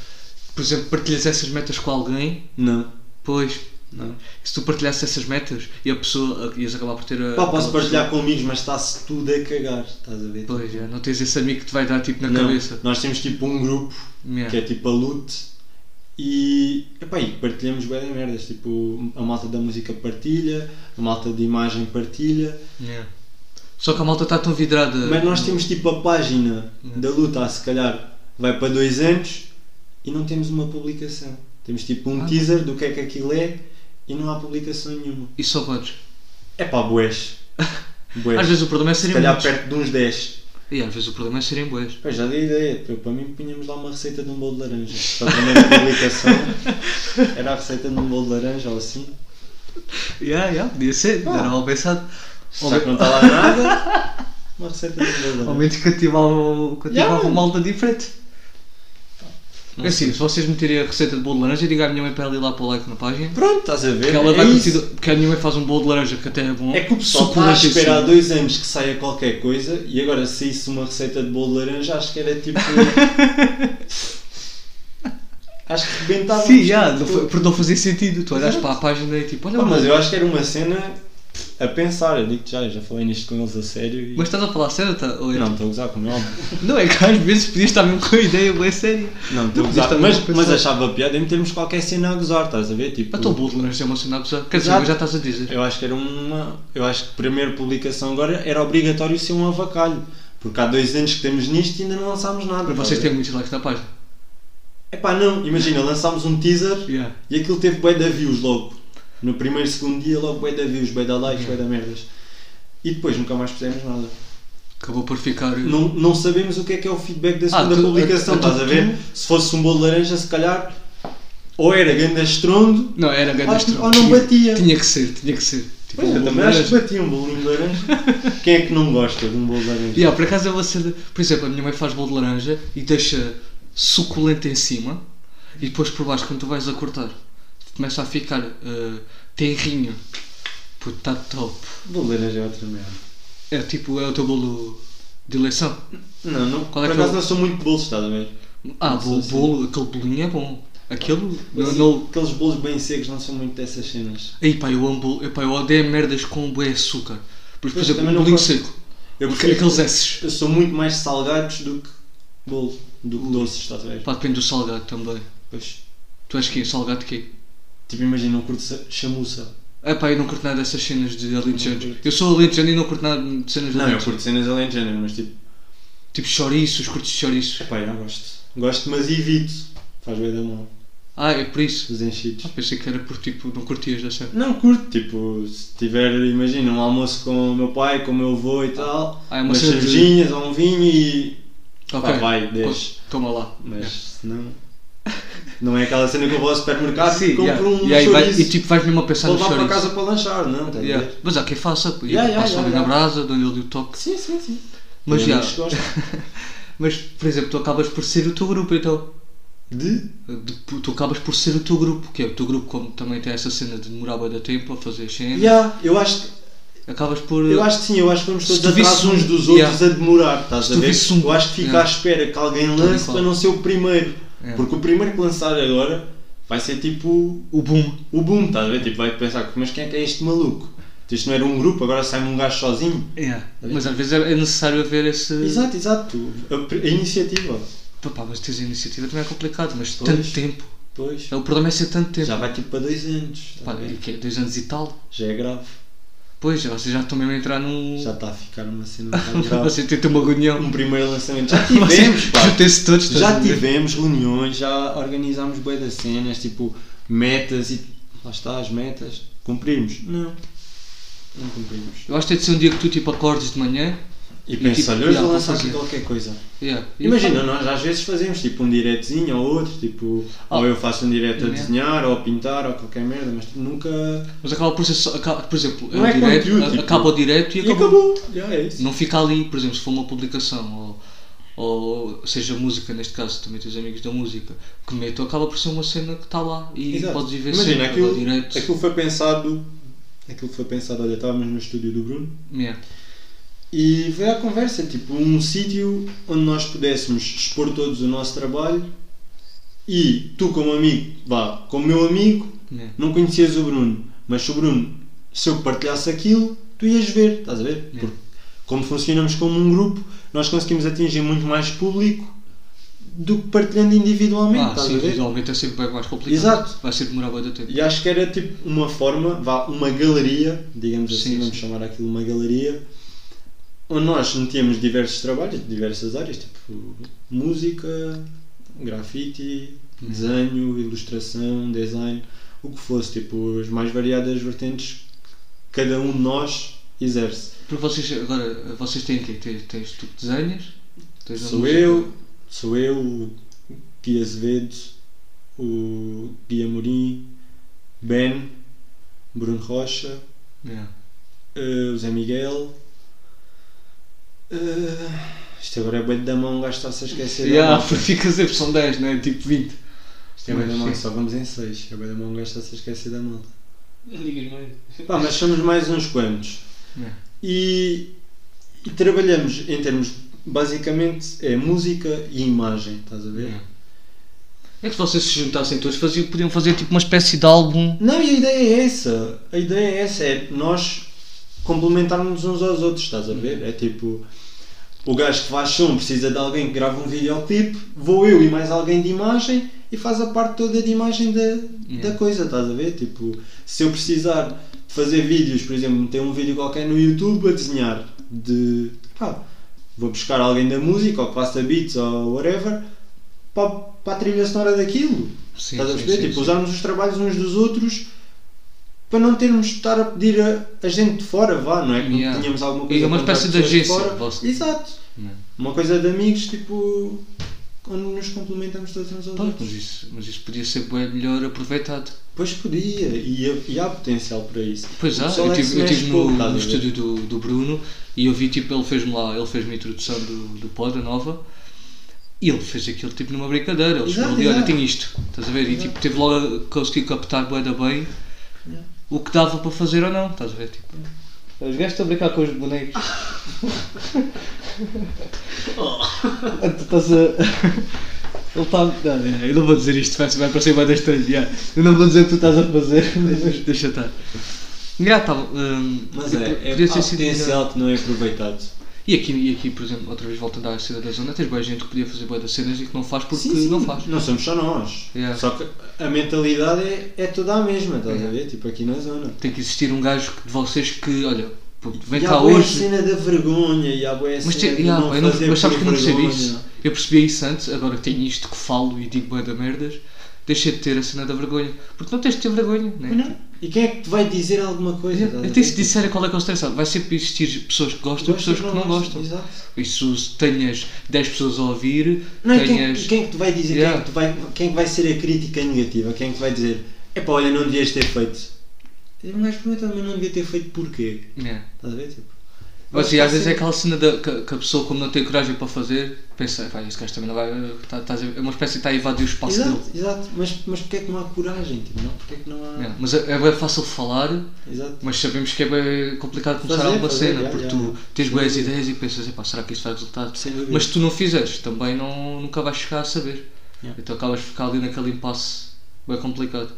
por exemplo, partilhas essas metas com alguém?
Não.
Pois,
Não.
se tu partilhasses essas metas e a pessoa ias acabar por ter a.
Pá, posso
aquela
partilhar com amigos, mas está-se tudo a cagar. Estás a ver?
pessoa- Pois, é, não tens esse amigo que te vai dar tipo na
Não.
cabeça.
Nós temos tipo um grupo
Yeah.
que é tipo a Lute e, epá, e partilhamos bem merdas, tipo a malta da música partilha, a malta de imagem partilha,
Yeah. Só que a malta está tão vidrada.
mas nós temos tipo a página
Hum.
da Luta, se calhar vai para dois anos e não temos uma publicação. Temos tipo um
Ah.
teaser do que é que aquilo é e não há publicação nenhuma.
E só podes.
É
(laughs)
pá, boés. Boés.
Às vezes o problema é
se
serem
calhar
boas.
perto de uns 10.
E às vezes o problema é serem boas.
Pois já dei ideia, para- para mim punhamos lá uma receita de um bolo de laranja. Para a primeira publicação
(laughs)
era a receita de um bolo de laranja ou assim.
Yeah, yeah, podia ser,
Ah.
era mal pensado. Ao
Já que não
me-
está lá nada, (laughs) uma receita de né? bolo de
Ao
laranja.
menos cativava o- cativava
Yeah.
uma malta diferente.
Não
É assim, se vocês meterem a receita de bolo de laranja, diga à minha mãe para ela ir lá para o like na página.
Pronto, estás a ver?
Porque ela
é,
vai
isso.
curtir, porque a minha mãe faz um bolo de laranja que até é bom.
É que o pessoal está a
suculento em cima.
esperar há dois anos que saia qualquer coisa e agora se saísse uma receita de bolo de laranja acho que era
(laughs)
tipo. acho que rebentava.
Sim, já, não foi- porque não fazia sentido. Tu olhas para a página e tipo, olha,
Pá, mas
mas,
eu acho que era uma cena a pensar, eu digo já, eu já falei nisto com eles a sério e.
mas estás a falar sério? Tá? Ou é-
Não, estou a gozar como
(laughs)
é óbvio.
Não é que às vezes podias estar mesmo com a ideia boa séria.
Não, estou a
podias estar
gozar. Mas,
mesmo a
mas
tá pensar.
achava piada em metermos qualquer cena a gozar, estás a ver? Tipo,
Mas teu bolo de laranja é uma cena a gozar. Quer dizer,
Exato.
já estás a dizer.
Eu acho que era uma. Eu acho que a primeira publicação agora era obrigatório ser um avacalho. Porque há dois anos que temos nisto e ainda não lançámos nada.
Para vocês terem muitos likes na página.
É pá, não. Imagina, lançámos um teaser
Yeah.
e aquilo teve bué de views logo. No primeiro, segundo dia, logo bué de views, bué de likes, bué de merdas. E depois nunca mais fizemos nada.
Acabou por ficar.
Não, não sabemos o que é que é o feedback da
Ah,
segunda
tu-
publicação,
a- a- tu-
estás a ver? Se fosse um bolo de laranja, se calhar. Ou era grande estrondo.
Não, era grande
Acho que-
estranho.
ou não
Tinha-
batia.
Tinha que ser, tinha que ser. Tipo,
Pois,
um
eu
bolo de
também acho que
laranja.
batia um bolinho
(laughs)
de laranja. Quem é que não gosta de um bolo de laranja?
Yeah, por acaso é uma cena. Por exemplo, a minha mãe faz bolo de laranja e deixa suculento em cima e depois por baixo, quando tu vais a cortar, começa a ficar eh, tenrinho. Puto, tá top.
Bolo de laranja é outra merda.
É tipo, é o teu bolo de eleição.
Não, não.
Qual é
por
que é
acaso
o-
não sou muito de bolos, estás a ver?
Ah,
Não
bolo,
sei se-
bolo, aquele bolinho é bom. Aquele.
Mas
Não, não...
Aqueles bolos bem secos não são muito dessas cenas.
Ei pá, eu amo bolo. Epá, eu odeio merdas com bué açúcar. Porque, por
Pois,
exemplo,
também
um
não
bolinho
gosto.
seco.
Eu prefiro
Aqueles S's.
Eu sou muito mais salgados do que bolo, do que doces, estás a ver?
Pá, depende do salgado também.
Pois.
Tu és quem? Salgado de quê?
Tipo, imagina, não curto sa- chamuça.
É pá, eu não curto nada dessas cenas de
Não
alentejano.
curto.
Eu sou alentejano e não curto nada de cenas de
Não, eu
alentejano.
curto cenas alentejanas, mas tipo,
Tipo chouriços, curto chouriços.
epá, eu não gosto. Gosto, mas evito. Faz bem da mão.
Ah, é por isso?
Os
Ah,
enchidos.
pensei que era por tipo, não curtias da cena.
Não curto, tipo, se tiver, imagina, um almoço com o meu pai, com o meu avô e tal,
Ah, é uma
umas
cena de-
cervejinhas ou um vinho e
Ok.
Pá, vai, deixa.
Toma lá.
Mas
Yeah.
se não. Não é aquela cena que eu vou ao supermercado e compro
yeah.
um
e, aí vai-
chouriço
e tipo vais mesmo a pensar
vou
no
lá para
chouriço.
casa para lanchar, não? Tá a
Yeah.
ver?
Mas há quem faça, pá,
Yeah, yeah,
passa
yeah,
ali na
yeah.
brasa, dou-lhe ali o toque.
Sim, sim, sim.
Mas
Tem
já.
amigos que gostam.
Mas, por exemplo, tu acabas por ser o teu grupo então.
De?
De- tu acabas por ser o teu grupo, que é o teu grupo, como também tem essa cena de demorar bué da tempo a fazer cenas.
Yeah, eu acho que.
Acabas por.
Eu acho que sim, eu acho que vamos
Se
todos
tu visses
atrás
um-
uns dos outros
yeah.
a demorar, estás
Se
a
tu
ver?
visses um-
Eu acho que fica
yeah.
à espera que alguém
Tudo
lance
igual. É.
para não ser o primeiro.
Yeah.
Porque o primeiro que lançar agora vai ser tipo
O boom.
o boom, estás a ver? Tipo, vai pensar, mas quem é que é este maluco? Isto não era um grupo, agora sai-me um gajo sozinho.
Yeah. Mas às vezes é é necessário haver esse.
Exato, exato. A, a iniciativa.
Papá, mas teres a iniciativa também é complicado, mas
Pois.
tanto tempo.
Pois.
O problema é ser tanto tempo.
Já vai tipo para dois anos. tá
Pá,
bem?
e que é dois anos e tal.
Já é grave.
Pois, vocês já estão mesmo a entrar num. (laughs)
Já está a ficar uma cena um (laughs) bocado grave.
Você tem uma reunião.
Um primeiro lançamento. Já
(laughs)
tivemos, pá.
Juntei-se todos. estás a
Já
ver?
tivemos reuniões, já organizámos bem das cenas, tipo, metas e. Lá está, as metas. Cumprimos? Não. Não cumprimos.
Eu acho que tem de ser um dia que tu tipo acordes de manhã.
E,
E
pensa,
tipo,
olha, hoje
já,
vou
vou
lançar aqui
fazer.
qualquer coisa.
Yeah. e
Imagina,
pá,
nós às vezes fazemos tipo um diretozinho ou outro, tipo,
Ah,
ou eu faço um direto a
yeah.
desenhar ou a pintar ou qualquer merda, mas tipo, nunca.
Mas acaba por ser só. acaba- por exemplo,
Não
é
é
o direto,
conteúdo,
a-
tipo-
acaba o direto e,
E
acabou.
acabou! Já é isso.
Não fica ali, por exemplo, se for uma publicação ou, ou seja música, neste caso também tens amigos da música, que meto, acaba por ser uma cena que está lá e
Exato.
podes viver
Imagina,
sempre
aquilo, é
ao direto.
aquilo foi pensado. Aquilo foi pensado, olha, estávamos no estúdio do Bruno
Yeah.
e veio à conversa, tipo, um sítio onde nós pudéssemos expor todos o nosso trabalho e tu como amigo, vá, como meu amigo,
Yeah.
não conhecias o Bruno, mas se o Bruno, se eu partilhasse aquilo, tu ias ver, estás a ver?
Yeah.
Porque como funcionamos como um grupo, nós conseguimos atingir muito mais público do que partilhando individualmente,
Ah,
estás
sim,
tá a ver?
visualmente é sempre bem mais complicado.
Exato.
Vai ser demorar muito tempo.
E acho que era tipo uma forma, vá, uma galeria, digamos assim,
Sim,
vamos
sim.
chamar aquilo uma galeria, onde nós metíamos diversos trabalhos de diversas áreas, tipo música, grafite,
Hum.
desenho, ilustração, design, o que fosse, tipo as mais variadas vertentes que cada um de nós exerce.
Porque vocês agora, vocês têm quê? Tens, tens tu que desenhas? Tens a
Sou
música?
eu, sou eu, o Gui Azevedo, o Gui Amorim, Ben, Bruno Rocha.
Yeah.
Eh, o Zé Miguel. Eh, isto agora é bem da mão, um gajo está-se a esquecer. da
Yeah,
malta.
porque fica sempre são 10, não é? Tipo 20.
Isto é bem da mão,
Sim.
só vamos em 6. É bem da mão, um gajo está-se a esquecer da malta.
Digas mais.
Pá, mas somos mais uns quantos.
É.
E, e trabalhamos em termos, basicamente, é música e imagem, estás a ver?
Yeah. É que se vocês se juntassem todos, faziam, podiam fazer tipo uma espécie de álbum.
Não, e a ideia é essa. A ideia é essa, é nós complementarmos uns aos outros, estás a ver? É tipo, o gajo que faz som precisa de alguém que grave um videoclipe, vou eu e mais alguém de imagem e faz a parte toda de imagem da, da
Yeah.
coisa, estás a ver? Tipo, se eu precisar de fazer vídeos, por exemplo, meter um vídeo qualquer no YouTube a desenhar, de pá, vou buscar alguém da música ou que faça beats ou whatever para, para a trilha sonora daquilo.
Sim,
Estás a
sim,
perceber?
sim,
tipo,
sim.
usarmos os trabalhos uns dos outros para não termos de estar a pedir a, a gente de fora, vá, não é? Como
Yeah.
tínhamos alguma
E
coisa.
é uma
contra
espécie de
pessoas
agência,
fora.
posso-
Exato.
Yeah.
Uma coisa de amigos, tipo, onde nos complementamos todos uns aos
Pois,
outros.
mas isso, mas isso podia ser bem melhor aproveitado.
Pois podia, e, há- e há potencial para isso.
Pois
O
há,
pessoal
eu
é que
estive
se
eu
mexe
tive
pouco,
no,
estás a
no
ver?
estúdio do, do Bruno e eu vi tipo, ele fez-me lá, ele fez-me a introdução do, do Poda Nova e ele fez aquilo tipo numa brincadeira. Ele
Exato,
chegou ali, olha,
exato.
tem isto, estás a ver? E tipo, teve logo a conseguir captar bué da bem
Yeah.
o que dava para fazer ou não, estás a ver? Tipo, os gajos estão a brincar com os bonecos. Ah, Tu estás a. (laughs) Ele está. Não, é, eu não vou dizer isto, vai, vai parecer mais estranho. yeah. Eu não vou dizer o que tu estás a fazer, (laughs) mas deixa estar. Yeah, tá, bom, hum,
Mas
tipo,
é, é
podia
há
ter sido melhor.
potencial que não é aproveitado.
E aqui, e aqui, por exemplo, outra vez voltando à cena da zona, tens boa gente que podia fazer boa das cenas e que não faz porque
Sim, sim.
não faz.
Não somos só nós.
Yeah.
Só que a mentalidade é, é toda a mesma, estás a
Yeah.
ver? Tipo aqui na zona.
Tem que existir um gajo que- de vocês é que, olha, pô, vem
E há
cá
bué
hoje.
cena da vergonha e há boa
Mas,
cena
te,
de
yeah,
não
pá, eu não-
fazer
mas sabes
por
que eu não percebo
vergonha.
isso? né? Eu percebia isso antes, agora que tenho isto que falo e digo boa da merdas, deixa de ter a cena da vergonha. Porque não tens de ter vergonha, né?
Mas não. E quem é que te vai dizer alguma coisa?
Eu tenho que dizer qual é que é o estressado. Vai sempre existir pessoas que
Tipo,
gostam e pessoas que não gostam.
Exato.
E se tenhas 10 pessoas a ouvir,
Não, e quem,
tenhas.
quem é que te vai dizer? Quem, é
Yeah.
que te vai, quem é que vai ser a crítica negativa? Quem é que vai dizer? Epá, olha, não devias ter feito. Um gajo pergunta, mas não devia ter feito porquê?
Yeah.
Estás a ver? Tipo,
Mas
Acho que
e
há
às vezes é
sempre-
aquela cena da, que, que a pessoa, como não tem coragem para fazer, pensa, vai, este gajo também não vai. Tá, tá, é uma espécie de está a invadir o espaço dele.
Exato, exato. Mas, mas porquê é que não há coragem? Tipo, não, porquê é que não há.
Yeah. Mas é, é bem fácil falar,
Exato.
mas sabemos que é bem complicado começar
Fazer,
alguma
fazer,
cena,
yeah,
porque
yeah,
tu
yeah.
tens
Sem
boas
dúvida.
ideias e pensas, "Epá, será que isto vai resultar?
Sem dúvida.
Mas se tu não fizeres, também não, nunca vais chegar a saber.
Yeah.
Então acabas de ficar ali naquele impasse bem complicado.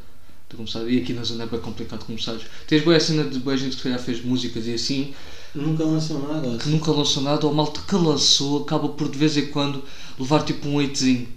Tu começares, e aqui na zona é bem complicado começares. Tens boa cena de boa gente que se calhar fez músicas e assim,
Nunca lançou nada.
que nunca lançou nada, ou malta que lançou acaba por de vez em quando levar tipo um hatezinho.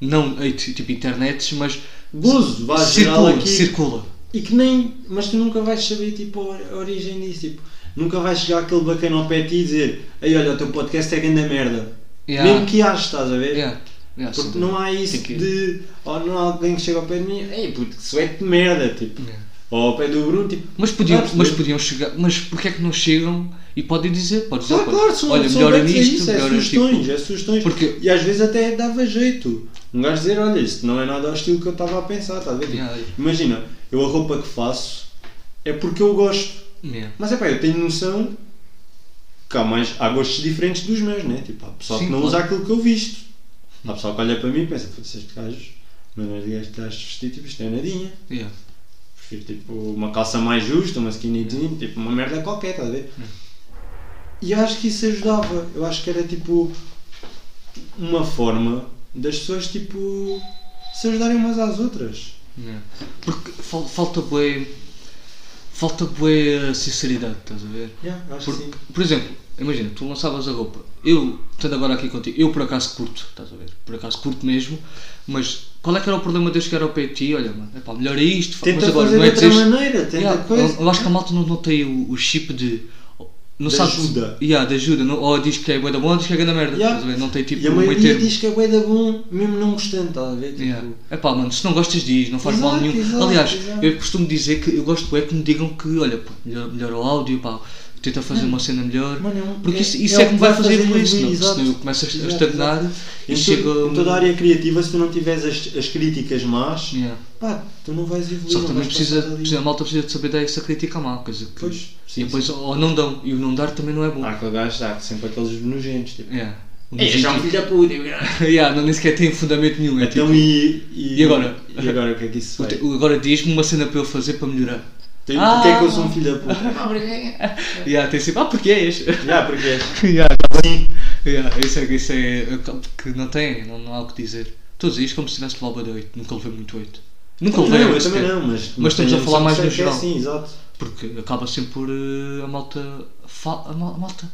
Não hate, tipo internets, mas
Gozo, vá geral
circula,
aqui.
circula.
E que nem. Mas tu nunca vais saber tipo, a origem disso. Tipo, nunca vais chegar aquele bacana ao pé de ti e dizer: Ei, olha, o teu podcast é grande merda.
Yeah.
Mesmo que aches, estás a ver?
Yeah. Yeah,
Porque
sim.
não há isso
Tem que-
de. Ou não há alguém que chega ao pé de mim, ei puto, que suete de merda, tipo.
Yeah.
Ou ao pé do Bruno, tipo.
Mas podiam,
Claro,
mas
sim.
podiam chegar. Mas porquê é que não chegam e podem dizer? Pode dizer
Claro,
pode.
claro, são,
Olha,
são
melhora
abertos a
nisto,
isso, é
melhora
sugestões,
tipo.
é sugestões.
porque-
E às vezes até dava jeito. Um gajo dizer, olha, isto não é nada ao estilo que eu estava a pensar, estás a ver? Tipo,
Yeah, yeah.
Imagina, eu a roupa que faço é porque eu gosto.
Yeah.
Mas é pá, eu tenho noção que há, mais, há gostos diferentes dos meus, né? Tipo, há pessoal
Sim,
que não
claro.
usa aquilo que eu visto. Há pessoal que olha para mim e pensa, "Foda-se, este gajo, mas não é de gajo de gajo vestir, tipo, isto é nadinha.
Yeah.
Prefiro tipo uma calça mais justa, uma skinny jean, tipo uma merda qualquer, estás a ver? E eu acho que isso ajudava. Eu acho que era tipo uma forma das pessoas tipo se ajudarem umas às outras.
Yeah. Porque fal- falta bué. Falta bué sinceridade, estás a ver?
Yeah, acho
Por,
que sim.
por exemplo, imagina, tu lançavas a roupa. Eu, estando agora aqui contigo, eu por acaso curto, estás a ver? Por acaso curto mesmo, mas qual é que era o problema de eu chegar ao pé de ti? Olha, mano, epá, melhor é isto, fa- mas
Tenta
agora
fazer
não
de
é
outra
dizer isto.
maneira, tenta
Yeah,
coisa.
eu, eu acho que a malta não, não tem o, o chip de. Não
De
sabe,
ajuda.
Yeah, de ajuda. Não, ou diz que é bué da bom ou diz que é grande merda.
Yeah.
Estás a ver? Não tem tipo
e a
meio
maioria
termo.
diz que é bué da bom, mesmo não gostando, estás a ver? Tipo,
Yeah. Epá, mano, se não gostas diz, não faz mal
Exato,
nenhum.
exato,
Aliás,
exato.
eu costumo dizer que eu gosto é que me digam que, olha, pá, melhor, melhor o áudio, pá, tenta fazer uma cena melhor.
Mano, é um-
porque
é-
isso, isso
é
é,
o
que me
que
vai
vai
fazer
fazer
evoluir,
evoluir,
senão,
exato.
senão eu começo a, a
Exato,
estagnar
Em,
e
tu-
chego. a
em
um-
toda a área criativa, se tu não tiveres as, as críticas más,
Yeah.
pá, tu não vais evoluir.
Só
não
que também
vais
precisa,
passar dali.
precisa, a malta precisa de saber dar essa crítica mal, quer dizer, que-
Pois, sim,
e depois, ou não dão, e o não dar também não é bom.
Há aquele Ah, gajo, há sempre aqueles nojentos, tipo.
Yeah. Um
"Ei, este é um
desvio-
filho da puta, caralho."
(laughs) Yeah, não, nem sequer tem fundamento nenhum. é
Então
tipo,
e, e.
E agora?
E agora o que é que isso
o
vai?
te- agora diz-me uma cena para eu fazer para melhorar.
Tem,
Ah!
Porquê é que eu sou um filho da
(laughs)
puta?
Yeah, tem sempre, ah, porque é este? (laughs)
Já, porque
yeah, yeah, isso é, isso é que não tem, não, não há o que dizer. Estou a dizer isto como se tivesse levado a 8, nunca levei muito 8. Nunca
Não,
levei
eu
oito
também
sequer.
não, mas.
Mas estamos
tenho
a falar
noção
mais
que
no
sei que é
geral.
Sim, exato.
Porque acaba sempre por eh, a malta. fa- A mal- a malta.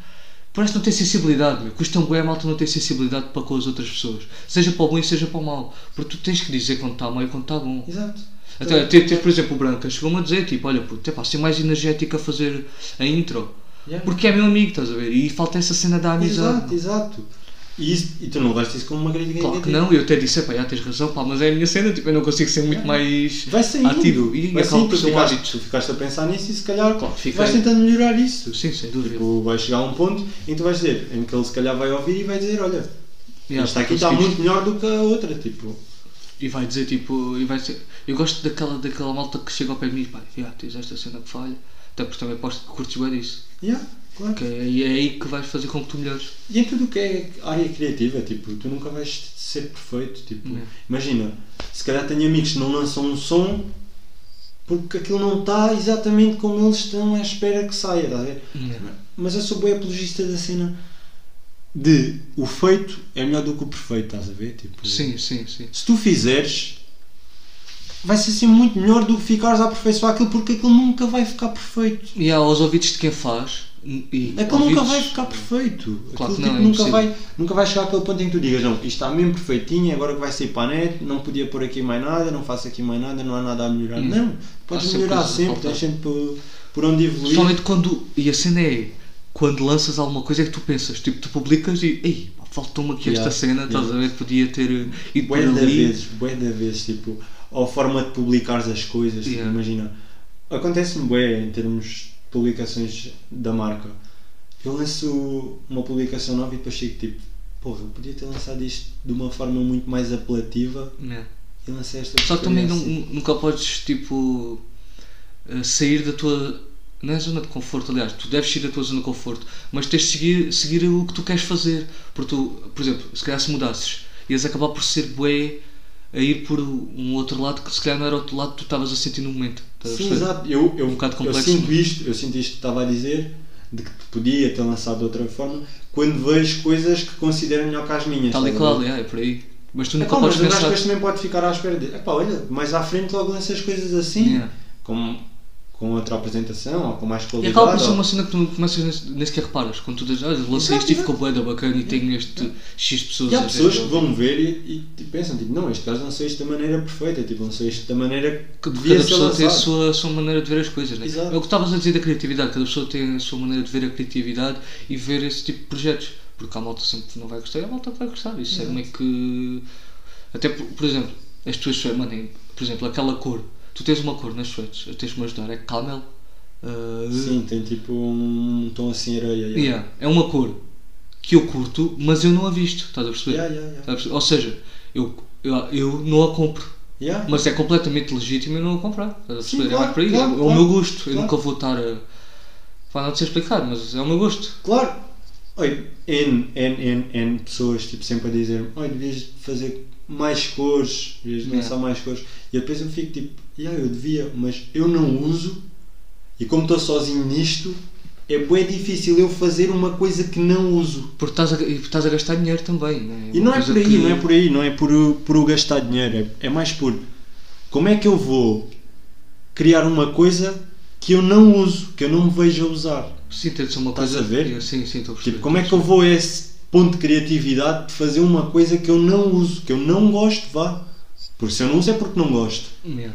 Parece que não ter sensibilidade, meu. Custa um bué a malta não ter sensibilidade para com as outras pessoas. Seja para o bom e seja para o mal. Porque tu tens que dizer quando está mal e quando está bom.
Exato.
Até, até, até, por exemplo, o Branca chegou-me a dizer, tipo, olha, puto, é pá, ser mais energético a fazer a intro.
Yeah.
Porque é meu amigo, estás a ver? E falta essa cena da amizade.
Exato, exato. E, isso, e tu não vais disso como uma crítica
Claro que
negativa.
não, eu até disse, pá, já tens razão, pá, mas é a minha cena, tipo, eu não consigo ser muito mais
Vai saindo.
ativo Ah, e
vai
acaba
saindo,
por
tu,
ser um
ficaste,
hábito.
tu ficaste a pensar nisso e se calhar
Claro, fiquei.
vais tentando melhorar isso.
Sim, sem dúvida.
Tipo, vai chegar a um ponto em que tu vais dizer, em que ele se calhar vai ouvir e vai dizer, olha,
Yeah,
esta aqui está
conseguiste.
muito melhor do que a outra, tipo.
E vai dizer, tipo, e vai dizer, eu gosto daquela, daquela malta que chega ao pé de mim, pá, já, tens esta cena que falha, até porque também aposto que curtes bem disso.
Yeah, claro.
Que é, e é aí que vais fazer com que tu melhores.
E em tudo o que é área criativa, tipo, tu nunca vais ser perfeito, tipo,
Não.
imagina, se calhar tenho amigos que não lançam um som porque aquilo não está exatamente como eles estão à espera que saia, estás a ver? Mas eu sou bem apologista da cena de o feito é melhor do que o perfeito, estás a ver? Tipo,
Sim, sim, sim.
se tu fizeres, vai ser assim muito melhor do que ficares a aperfeiçoar aquilo porque aquilo nunca vai ficar perfeito.
E há aos ouvidos de quem faz, hum, e
Aquilo É nunca
ouvidos-
vai ficar perfeito.
Claro
Aquilo
que
tipo,
não, é
nunca,
impossível.
vai, nunca vai chegar àquele ponto em que tu digas, não, isto está mesmo perfeitinho, agora que vai sair para a net, não podia pôr aqui mais nada, não faço aqui mais nada, não há nada a melhorar.
Hum.
Não,
Há
podes
sempre
melhorar
coisas a
sempre,
faltar.
tens sempre por, por onde evoluir.
Principalmente quando. E a cena é. Quando lanças alguma coisa é que tu pensas. Tipo, tu publicas e. Ei, pá, faltou-me aqui
Yeah,
esta cena, estás
yeah.
a ver? Podia ter eh, ido por
bué da
ali.
vezes, bué da vezes, tipo, ou a forma de publicares as coisas, tipo,
Yeah.
imagina. Acontece-me bué em termos de publicações da marca. Eu lanço uma publicação nova e depois chego tipo, porra, eu podia ter lançado isto de uma forma muito mais apelativa
Yeah.
e lancei esta
Só que também
porcaria
não- um-
assim."
nunca podes, tipo. eh, sair da tua. Não é zona de conforto, aliás, tu deves sair da tua zona de conforto, mas tens de seguir, seguir o que tu queres fazer. Porque tu, por exemplo, se calhar se mudasses, ias acabar por ser bué a ir por um outro lado que se calhar não era o outro lado que tu estavas a sentir no momento. Estás a
Sim,
perceber?
exato. Eu, eu,
Um bocado
eu
complexo,
sinto
não é?
isto, eu sinto isto que estava a dizer, de que podia ter lançado de outra forma, quando vejo coisas que considero melhor que as minhas.
Tal e
estás a ver?
qual, é, é por aí. Mas tu
É
nunca
pá,
podes
mas o gajo
pensar.
é depois também pode ficar à espera de. Epá, olha, mais à frente logo lança as coisas assim.
Yeah.
Como, com outra apresentação ou com mais
E
qualidade.
acaba por ser
ou-
uma cena que tu não começas nem- nem sequer reparas. Quando tu dizes, "Ah, olha, lancei
Exato,
este e
exato.
ficou bué da bacana e tenho este X pessoas
E há
a ver.
pessoas que vão ver e, e tipo, pensam, tipo, não, este gajo lançou isto da maneira perfeita, tipo, lançou isto da maneira que
Cada
devia ser
pessoa tem a
lançado.
sua, a sua maneira de ver as coisas, né?
Exato.
é? o que estavas a dizer da criatividade. Cada pessoa tem a sua maneira de ver a criatividade e ver esse tipo de projetos. Porque há malta sempre que não vai gostar e há malta que vai gostar. Isso é meio que. Até por, por exemplo, as tuas suéteres, mano, em- por exemplo, aquela cor. Tu tens uma cor nas suéteres, tens-me ajudar, é camel. Ah,
Sim, tem tipo um tom assim areia.
yeah, É uma cor que eu curto, mas eu não a visto, estás a perceber?
Yeah, yeah, yeah.
Estás a perceber? Ou seja, eu, eu, eu não a compro.
Yeah.
Mas é completamente legítimo eu não a comprar. Estás a
Sim,
perceber? é
claro,
mais para isso.
claro,
é o
claro,
meu gosto. Eu
claro.
nunca vou estar a. Pá, não sei explicar, mas é o meu gosto.
Claro. Olha, N, N, N, N pessoas tipo, sempre a dizer olha, devias fazer mais cores, devias
Yeah.
lançar mais cores. E depois eu fico tipo, yeah, eu devia, mas eu não uso. E como estou sozinho nisto, é bem difícil eu fazer uma coisa que não uso.
Porque estás a, e estás a gastar dinheiro também. Né?
E
Uma
não é
coisa
por aí,
que-
não é por aí, não é por, por o gastar dinheiro, é, é mais por como é que eu vou criar uma coisa que eu não uso, que eu não me vejo a usar.
Sim, tem de ser uma
Estás
coisa.
a ver?
Eu- Sim, sim, estou a perceber.
Tipo, como é que eu vou a esse ponto de criatividade de fazer uma coisa que eu não uso, que eu não gosto, vá? Porque se eu não uso é porque não gosto.
Yeah.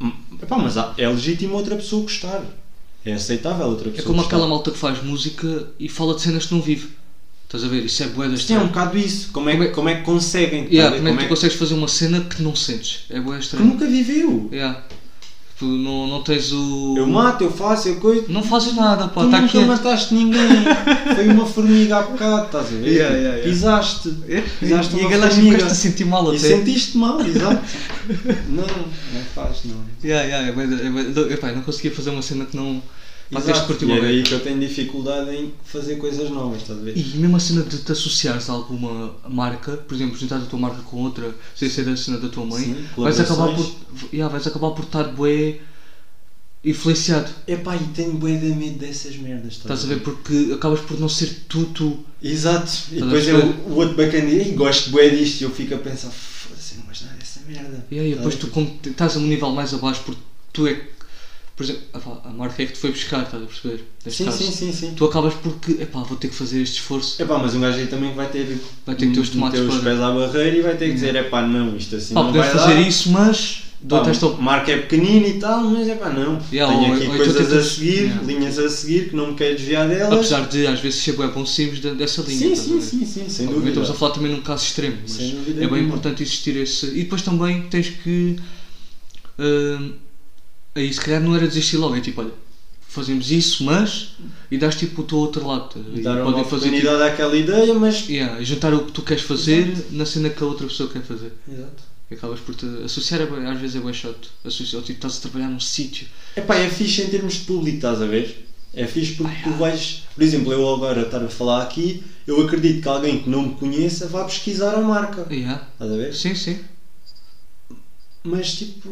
Hum, epá, mas há- é legítimo outra pessoa gostar. É aceitável outra
É
pessoa
como
gostar.
aquela malta que faz música e fala de cenas que não vive. Estás a ver? Isso é bué da
Isto é
estranho.
um bocado isso. Como é,
Como é-
que- como é que conseguem? tá a
Yeah,
ver?
como é que
Como
tu
é que-
consegues fazer uma cena que não sentes? É bué
que
estranho.
nunca viveu.
Yeah. Tu não, não tens o.
Eu mato, eu faço, eu coito.
Não fazes nada, pá.
tu
Está
nunca
quieto. (laughs)
mataste ninguém. Foi uma formiga há bocado, estás a ver?
Yeah, yeah, yeah.
Pisaste. Pisaste
E
uma
a galera
formiga.
ficaste a sentir mal até.
E sentiste mal,
(laughs)
exato. não, não faz, não.
Yeah, yeah, é bué da- é bué da- epá, eu não conseguia fazer uma cena que não. Pá, tens de
Exato,
curtir
e
bué
era
bem.
aí que eu tenho dificuldade em fazer coisas novas, estás a ver?
E mesmo a cena de te associares a alguma marca, por exemplo, juntar a tua marca com outra, sem ser a cena da tua mãe,
Sim,
vais acabar por.
colaborações.
Yeah, vais acabar por estar bué influenciado.
Epá, e tenho bué de medo dessas merdas,
Estás a ver? Porque acabas por não ser tu, tu.
Exato, e
a
depois eu,
perceber?
o outro bacana diz, "Ei, gosto bué disto, e eu fico a pensar, foda-se, não gosto nada dessa merda.
Yeah, e depois
Estás
tu
a ver?
como te- estás a um nível mais abaixo porque tu é. que- Por exemplo, epá, a marca é que te foi buscar, estás a perceber? Neste
Sim,
caso.
sim, sim, sim.
Tu acabas porque, epá, vou ter que fazer este esforço.
Epá, mas um gajo aí também vai ter, um
Vai ter que ter os
meter
tomates
os
para-
pés à barreira e vai ter que dizer, epá, não, isto assim
Pá,
Hum, não
podemos
vai
fazer
dar.
isso, mas
Pá,
dou-te esta
a marca é pequenina e tal, mas epá, não.
Yeah,
tenho
ou-
aqui
ou então
coisas a
tentas-
seguir,
Yeah.
linhas a seguir, que não me quero desviar delas.
Apesar de às vezes ser bué bom simples de- dessa linha.
Sim,
estás a
sim,
ver?
sim, sim, sem
Obviamente
dúvida.
estamos a falar também num caso extremo, mas
Sem
é
dúvida
bem
nenhuma.
importante existir esse. E depois também tens que. hum, aí se calhar não era desistir logo, é tipo, olha, fazemos isso, mas. e dás tipo o teu outro lado. estás a ver? E
dar uma
podem fazer
oportunidade àquela ideia, mas.
tipo, yeah, juntar o que tu queres fazer na cena que a outra pessoa quer fazer.
Exato.
E acabas por te associar, é bué- às vezes é bem chato. Associar, tipo, estás a trabalhar num sítio.
Epá, é fixe em termos de público, estás a ver? É fixe porque tu vais. Por exemplo, eu agora estar a falar aqui, eu acredito que alguém que não me conheça vá pesquisar a marca.
Yeah.
Estás a ver?
Sim, sim.
Mas tipo,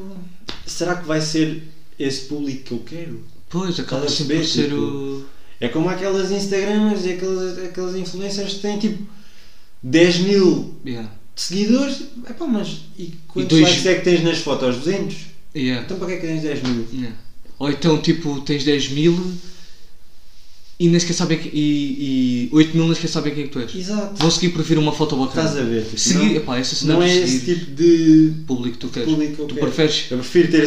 será que vai ser esse público que eu quero?
Pois, acaba
Estás a
sempre por
perceber,
ser o.
É como aquelas Instagrams e aquelas, aquelas influencers que têm tipo 10 mil
Yeah.
seguidores. Epá, mas e quantos
dois-
likes é que tens nas fotos? 200?
Yeah.
Então para que é que tens 10 mil?
Yeah. Ou então, tipo, tens 10 mil e, nem sequer sabem que, e, e 8 mil nem sequer sabem quem é que tu és.
Exato.
Vão seguir por vir uma foto bacana.
Estás a ver? Tipo,
Seguir,
não
epá, essa cena
não é
de
esse
seguir
tipo de
o público que tu queres.
público que eu
tu
quero.
preferes.
Eu prefiro ter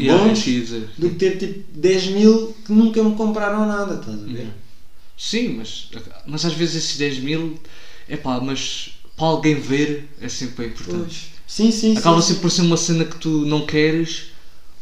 Yeah, é isso
bons
que eu ia dizer.
do que ter tipo 10 mil que nunca me compraram nada, estás a ver?
Yeah. Sim, mas, mas às vezes esses 10 mil, epá, mas para alguém ver é sempre bem importante.
Pois. é Sim, sim,
Acaba
sim.
sempre por ser uma cena que tu não queres,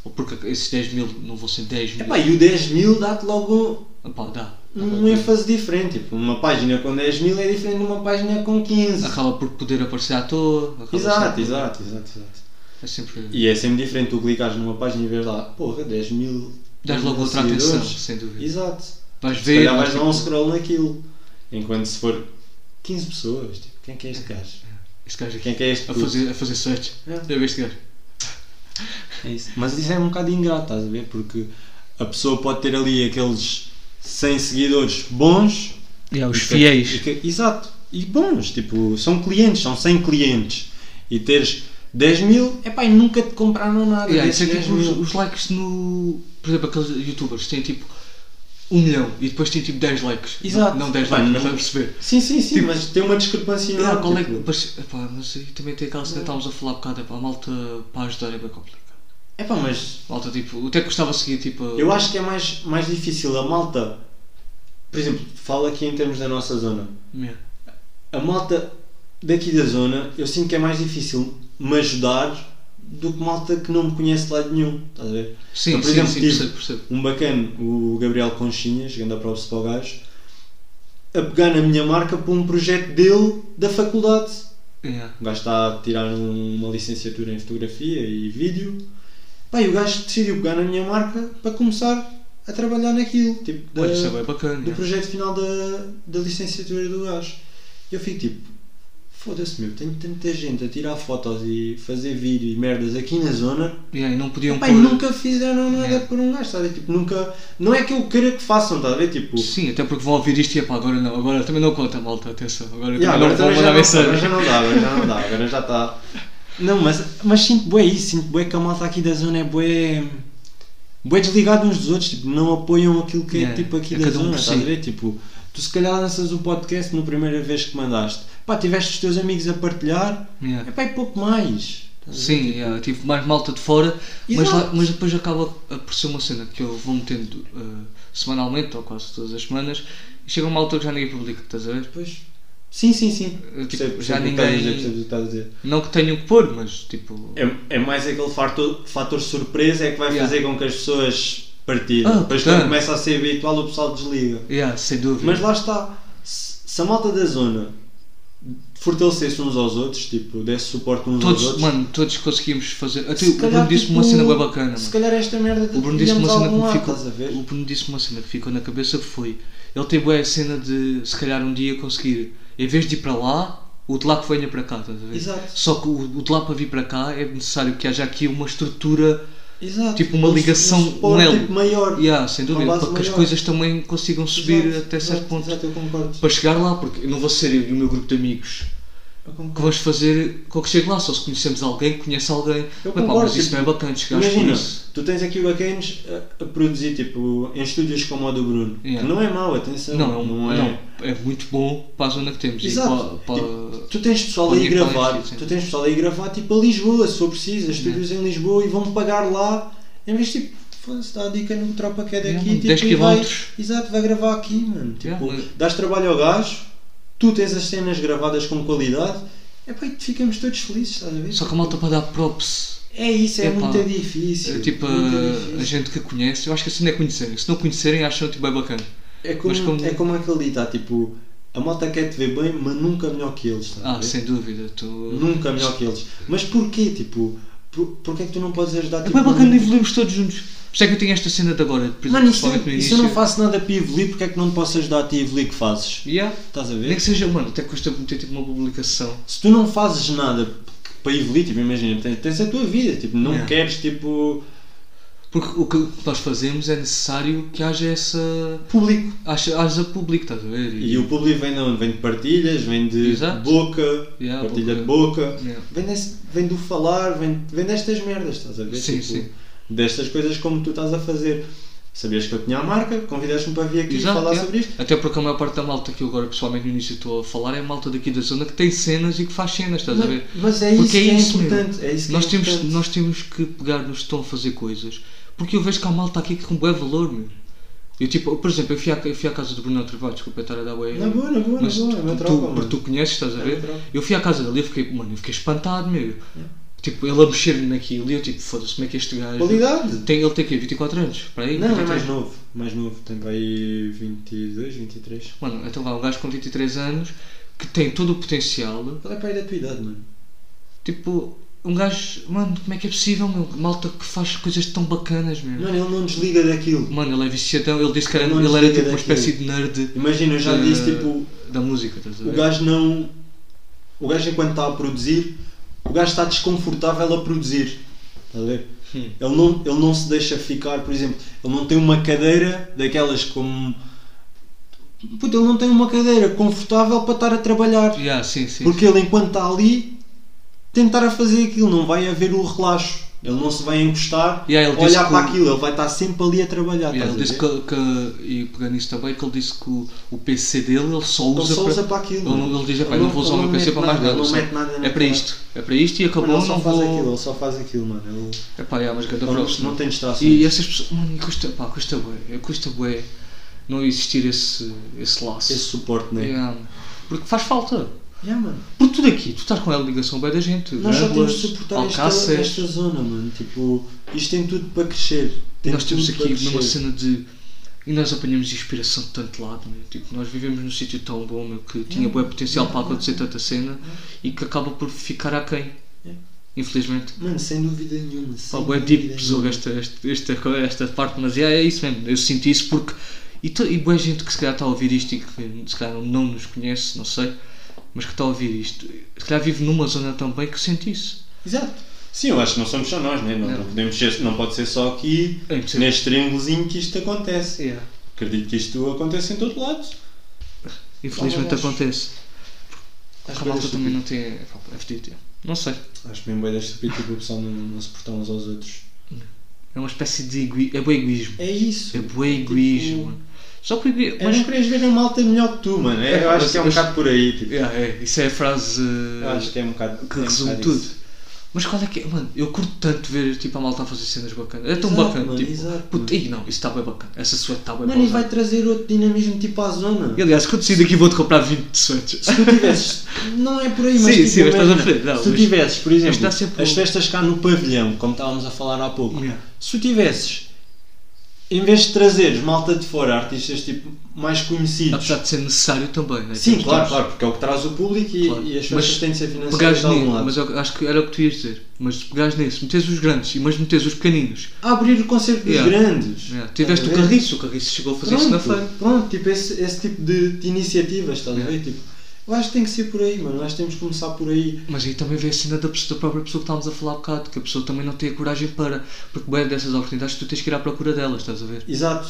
ou porque esses 10 mil não vão ser 10 mil.
Epá, e o 10 mil dá-te logo
Epá, dá.
um ênfase diferente. Tipo, uma página com 10 mil é diferente de uma página com 15.
Acaba por poder aparecer à toa. acaba
Exato,
sempre-
exato, exato, exato.
É sempre.
E é sempre diferente tu clicares numa página e vês lá, porra, 10 mil.
Dás logo outra atenção, sem dúvida.
Exato.
Vais
Se
ver.
calhar vais
tipo,
dar um scroll naquilo. Enquanto se for 15 pessoas, tipo, quem é que é este gajo?
Este gajo aqui.
Quem é que é este
A
puto?
fazer, a fazer search.
É.
Deve ver este gajo.
É isso. Mas isso é um bocado ingrato, estás a ver? Porque a pessoa pode ter ali aqueles 100 seguidores bons.
Yeah, os
e é que- e que- exato. E bons, tipo, são clientes, são 100 clientes. E teres 10 mil, epá, e nunca te compraram nada.
Yeah,
desses
isso é
10
tipo os,
mil.
os likes no. por exemplo, aqueles youtubers têm tipo 1 milhão e depois têm tipo 10 likes.
Exato.
Não, não 10
Pá,
likes,
não.
mas vamos perceber.
Sim, sim, sim,
Tipo-
mas tem uma discrepância
Yeah,
enorme.
qual é que-
tipo,
mas, epá, mas aí também tem aquela cena que estávamos a falar um bocado, epá, a malta para ajudar é bem complicada.
Epá, mas
Malta, tipo, até gostava de seguir, tipo.
eu acho que é mais, mais difícil a malta. Por exemplo, fala aqui em termos da nossa zona.
Yeah.
A malta daqui da zona, eu sinto que é mais difícil me ajudar do que malta que não me conhece de lado nenhum. Estás a ver?
Sim,
Então, por
sim,
exemplo,
sim,
tive-
percebo, percebo.
Um bacana, o Gabriel Conchinha, chegando a prova para o gajo, a pegar na minha marca para um projeto dele da faculdade.
Yeah.
O gajo está a tirar um- uma licenciatura em fotografia e vídeo. Pá, e o gajo decidiu pegar na minha marca para começar a trabalhar naquilo, tipo, da-
Olha, isso é bem bacana.
do
yeah.
projeto final da, da licenciatura do gajo. E eu fico tipo, foda-se meu, tenho tanta gente a tirar fotos e fazer vídeo e merdas aqui na zona.
Yeah, e não podiam
Pá, e
pôr-
nunca fizeram nada
É.
por um gajo, estás a ver? Tipo, nunca. Não é que eu queira que façam, estás a ver? Tipo,
Sim, até porque vão ouvir isto e epá, agora não, agora também não conta, malta, atenção. Agora
Ya,
também
agora
não vão
também
mandar
já, não, agora
mensagem.
já não dá, agora já não dá, agora já tá. está. Não, mas, mas sinto bué isso, sinto bué que a malta aqui da zona é bué. bué desligado uns dos outros, tipo, não apoiam aquilo que é,
Yeah,
tipo aqui
é
da
cada um
zona,
por
estás a
si.
ver? Tipo, tu se calhar lanças o podcast na primeira vez que mandaste, pá, tiveste os teus amigos a partilhar, é
Yeah.
pá, é pouco mais. estás a ver?
Sim,
Tipo,
yeah, tive mais malta de fora, mas,
Exato.
lá- mas depois acaba a- por ser uma cena que eu vou metendo eh, semanalmente, ou quase todas as semanas, e chega uma altura que já ninguém publica, estás a ver?
Pois. Sim, sim, sim.
Eh, tipo, já
Percebo- percebo o que estás a
ninguém-
dizer, percebo o que estás a dizer.
Não que tenham que pôr, mas tipo.
É, é mais aquele fator, fator surpresa é que vai
Yeah.
fazer com que as pessoas partilhem.
Ah,
Depois
portanto.
quando começa a ser habitual o pessoal desliga.
Yeah, sem dúvida.
É. Mas lá está, se se a malta da zona fortalecesse uns aos outros, tipo, desse suporte uns aos
todos,
outros.
mano, todos conseguimos fazer. Até
se
o
calhar,
Bruno disse
tipo,
uma cena bem bacana, mano.
Se calhar esta merda
O Bruno disse
tínhamos
uma cena que
algum
me
lado,
ficou.
estás a ver?
O Bruno disse uma cena que ficou na cabeça que foi. Ele teve a cena de se calhar um dia conseguir, em vez de ir para lá, o de lá que venha para cá, estás a ver?
Exato.
Só que o, o de lá para vir para cá é necessário que haja aqui uma estrutura,
Exato.
tipo uma
Um su-
ligação,
um, suporte,
um elo.
tipo, maior.
yeah, sem
Uma
dúvida,
base
para que as
maior.
coisas também consigam subir
Exato,
até certo
exato,
ponto.
Exato, eu concordo.
Para chegar lá, porque eu não vou ser eu e o meu grupo de amigos
Eu
que
concordo.
vamos fazer com que chegue lá, só se conhecemos alguém que conhece alguém.
Eu
Mas, pá,
concordo,
mas isso
tipo,
não é bacana, chegares por
Imagina,
isso.
tu tens aqui o Bacanes a, a produzir, tipo, em estúdios como o do Bruno.
Yeah.
Que não é mau, atenção.
Não, é um- não, é muito bom para a zona que temos. e
Exato.
para- para-
Tipo, tu tens pessoal
para
aí a
ir para
gravar,
Lisboa, sim.
tu tens pessoal aí a gravar tipo a Lisboa, se for preciso,
Uhum.
as estúdios em Lisboa e vão pagar lá, em vez de tipo, foda-se, dá a dica no tropa que é
Yeah,
daqui,
mano,
tipo,
10
e vai,
quilómetros.
exato, vai gravar aqui, mano. Tipo,
Yeah, mas-
dás trabalho ao gajo, tu tens as cenas gravadas com qualidade, é pá, e ficamos todos felizes, estás a ver?
Só que a malta para dar props.
É isso, é
Epá,
muito difícil.
é tipo
muito
a,
difícil.
a gente que conhece, eu acho que assim não é conhecerem. Se não conhecerem, acham tipo bem bacana.
É como,
Mas como-
é como aquele ditado, tipo, a malta quer te ver bem, mas nunca melhor que eles. estás a
Ah,
ver?
sem dúvida. Tu...
Nunca melhor que eles. Mas porquê, tipo, por, porquê é que tu não podes ajudar,
É
tipo...
bem bacana, evoluímos todos juntos. Por isso é que eu tinha esta cena de agora, por exemplo,
Mano, é um- isso,
principalmente no
isso
início.
eu não faço nada para evoluir, porquê é que não te posso ajudar a te evoluir que fazes?
Yeah.
Estás a
Nem
ver?
que seja, mano, até custa meter tipo uma publicação.
Se tu não fazes nada para evoluir, tipo, imagina, tens, tens a tua vida, tipo, não
Yeah.
queres, tipo,
Porque o que nós fazemos é necessário que haja essa.
público.
haja, haja público, estás a ver?
E o público vem de onde? Vem de partilhas, vem de
Exato. É
boca,
Yeah,
partilha de boca.
Yeah.
Vem, desse- vem do falar, vem, vem destas merdas, estás a ver? Tipo,
Sim, sim.
Destas coisas como tu estás a fazer. Sabias que eu tinha a marca, convidaste-me para vir aqui
Exato,
falar
é.
sobre isto.
Até porque a maior parte da malta que eu agora pessoalmente no início estou a falar é malta daqui da zona que tem cenas e que faz cenas, estás a
Mas,
ver?
mas é
Porque
isso
é
que é
isso, meu.
importante. É isso que
Nós
é
temos,
importante.
nós temos que pegar nos que estão a fazer coisas porque eu vejo que há malta aqui que com bom valor, meu. Eu tipo, eu, por exemplo, eu fui à, eu fui à casa do Bruno ao trabalho, desculpa eu estar a dar bué-
Na boa, na boa, na
mas
boa.
tu-
É uma
tu-
tropa,
porque
mano.
tu conheces, estás a
É
ver?
uma tropa.
eu fui à casa dele e eu fiquei, mano, eu fiquei espantado, meu. Tipo, ele a mexer-me naquilo e eu tipo, foda-se, como é que este gajo.
Qualidade.
Tem, ele tem o quê? 24 anos? Para aí?
Não, é
23?
mais novo. Mais novo. Tem para aí 22, 23.
Mano, então lá, um gajo com 23 anos que tem todo o potencial
Qual é para aí da tua idade, mano?
Tipo, um gajo, mano, como é que é possível, meu? Malta que faz coisas tão bacanas, meu.
Mano, ele não desliga daquilo.
Mano, ele é viciadão, ele disse que era,
Não
ele era
desliga
tipo uma
daquilo.
espécie de nerd
Imagina, eu já
Eh,
disse, tipo,
da música, estás a
o
ver?
gajo não. O gajo, enquanto está a produzir, o gajo está desconfortável a produzir. Estás a ver?
Hum.
Ele não, ele não se deixa ficar, por exemplo, ele não tem uma cadeira daquelas como. Puta, ele não tem uma cadeira confortável para estar a trabalhar.
Yeah, sim, sim.
Porque ele, enquanto está ali, tem de estar a fazer aquilo, não vai haver o relaxo. Ele não se vai encostar,
Yeah, ele disse
olhar
que
para
o-
aquilo, ele vai estar sempre ali a trabalhar.
Yeah,
estás a
ele disse
ver?
que, que- e pegando nisso também, que ele disse que o, o PC dele ele só usa,
Ele só
para-
usa para aquilo.
Ele, não- ele diz, "Epá,
Ele
não vou usar o
ele
meu PC
mete
para mais
nada,
nada.
ele
só-
Não mete nada
é para
naquela-
isto, é para isto e
Mano,
acabou,
ele só
não
faz
vou...
aquilo, ele só faz aquilo, mano. Ele,
Epá, yeah, mas ganda
ele não,
props,
não tem distrações.
E essas pessoas, mano, e custa, pá, custa bué, é, custa bué não existir esse, esse laço.
Esse suporte, né?
Yeah. Porque faz falta.
Yeah, mano.
Por tudo aqui, tu estás com a ligação bem da gente.
Nós só temos
Grândulas,
de suportar esta,
Alcáceres.
esta zona, mano. Tipo, isto tem tudo para crescer. Tem
Nós temos
tudo
aqui
para
uma
crescer.
cena de. E nós apanhamos inspiração de tanto lado, meu. Tipo, nós vivemos num sítio tão bom, meu, que tinha bué potencial para acontecer tanta cena e que acaba por ficar aquém.
Yeah.
Infelizmente.
Mano, sem dúvida nenhuma.
assim. Pá,
Sem
bué tipo
dúvida
deep, pessoa,
nenhuma.
esta, esta, esta, esta parte, mas yeah, é isso mesmo. Eu sinto isso porque. E, to, e boa gente que se calhar está a ouvir isto e que se calhar não nos conhece, não sei, mas que está a ouvir isto. Se calhar vive numa zona também que sente isso.
Exato.
Sim, eu acho que não somos só nós, né? não,
Não.
não podemos ser, não pode ser só aqui
É impossível.
neste triângulozinho que isto acontece.
Yeah.
Acredito que isto acontece em todo lado.
Infelizmente
Talvez.
acontece.
Acho
A
bem
malta
deste
também não tem. É pá, é fedido, yeah. Não sei.
tipo. Acho bem bem desta pica para o pessoal não, não se portar uns aos outros.
É uma espécie de egui... é bué egoísmo.
É isso.
É bué egoísmo,
Tipo,
mano. Só que o egoísmo.
É
Mas...
não queres ver a malta melhor que tu, mano. É,
É,
eu acho
mas-
que é um
mas-
bocado por aí. Tipo.
Yeah, é, isso é a frase uh,
Eu acho que é um bocado.
que
é um
resume
bocado
tudo.
isso.
Mas qual é que é? Mano, eu curto tanto ver tipo, a malta a fazer cenas bacanas. É tão
Exato,
bacana,
mano,
tipo.
exato,
puto,
mano.
ei, não, isso está bem bacana. Essa suéte está bem
Mano, e vai
bacana.
trazer outro dinamismo tipo à zona.
E aliás, quando sair daqui vou-te comprar 20
(laughs)
suétes.
Se tu tivesses. Não é por aí,
Sim,
mas. tipo,
sim, mas estás a
imagina,
ver, não,
se tu
mas-
tivesses, por exemplo,
dá sempre Hum.
as
um-
festas cá no pavilhão, como estávamos a falar há pouco,
Yeah.
se tu tivesses, em vez de trazeres malta de fora, artistas tipo mais conhecidos.
Apesar de ser necessário também, né?
Sim,
Tipo,
claro, tá
temos-
claro, porque é o que traz o público e,
Claro.
e as
Mas
festas têm de ser financiadas
Pegares
de algum
nisso,
lado.
mas eu acho que era o que tu ias dizer. Mas pegares nisso, metes os grandes, mas metes os pequeninos.
Abrir o concerto dos
Yeah.
grandes.
Yeah. Tiveste o
Estás a ver?
carriço, o carriço chegou a fazer isso na feira.
Pronto, pronto, tipo esse, esse tipo de, de iniciativas, estás
Yeah.
a ver? Tipo, eu acho que tem que ser por aí, mano. Eu acho que temos que começar por aí.
Mas aí também vê a cena da, pessoa- da própria pessoa que estávamos a falar há bocado, que a pessoa também não tem a coragem para. Porque, bem, dessas oportunidades tu tens que ir à procura delas, estás a ver?
Exato.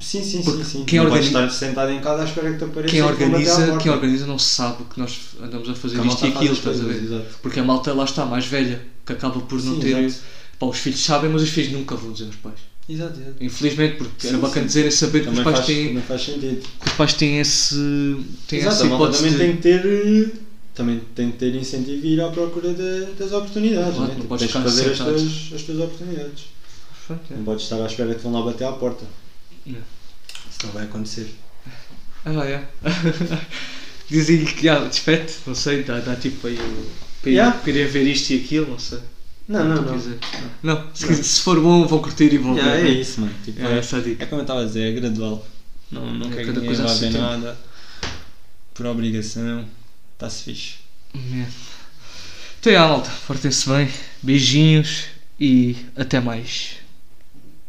Sim, sim,
Porque
sim, sim.
quem
não vais
organiza-
estar sentado em casa à espera que te apareça
Quem
e que te bate à
organiza,
porta.
quem organiza não sabe que nós andamos a fazer
Que a
isto
malta
e
faz
aquilo,
as
estás a
coisas,
ver?
Exato.
Porque a malta lá está, mais velha, que acaba por não
Sim,
ter.
exato.
Pá, os filhos sabem, mas os filhos nunca vão dizer aos pais.
Exato, exato.
Infelizmente, porque era
Sim,
bacana
sim.
dizerem saber que os,
Também
pais
faz,
têm,
também faz sentido.
que os pais têm esse. têm
Exato,
essa
a malta
hipótese
também
de.
tem que ter. eh, Também tem que ter incentivo e ir à procura da- das oportunidades.
Claro,
né?
não
Tipo,
podes
tens que
ficar
fazer as
sentado.
tuas, as tuas oportunidades.
Perfeito, é.
Não podes estar à espera que vão lá bater à porta.
Não.
Isso não vai acontecer.
Ah, é. (laughs) Dizem que há despete, não sei, dá, dá tipo aí. o- Para
Yeah.
ir, para ir ver isto e aquilo, não sei.
Não, não, não.
Quiser. Não, se, quiser- se for bom, vão curtir e vão
Yeah,
ver.
é
né?
isso, mano. Tipo,
É essa a dica.
É como eu estava a dizer, é gradual. Não, não
É
quero
cada
que
coisa
ninguém
a
vá
seu
ver
tempo.
nada. Por obrigação. Está-se fixe.
Yeah. Então, é, malta, portem-se bem, beijinhos e até mais.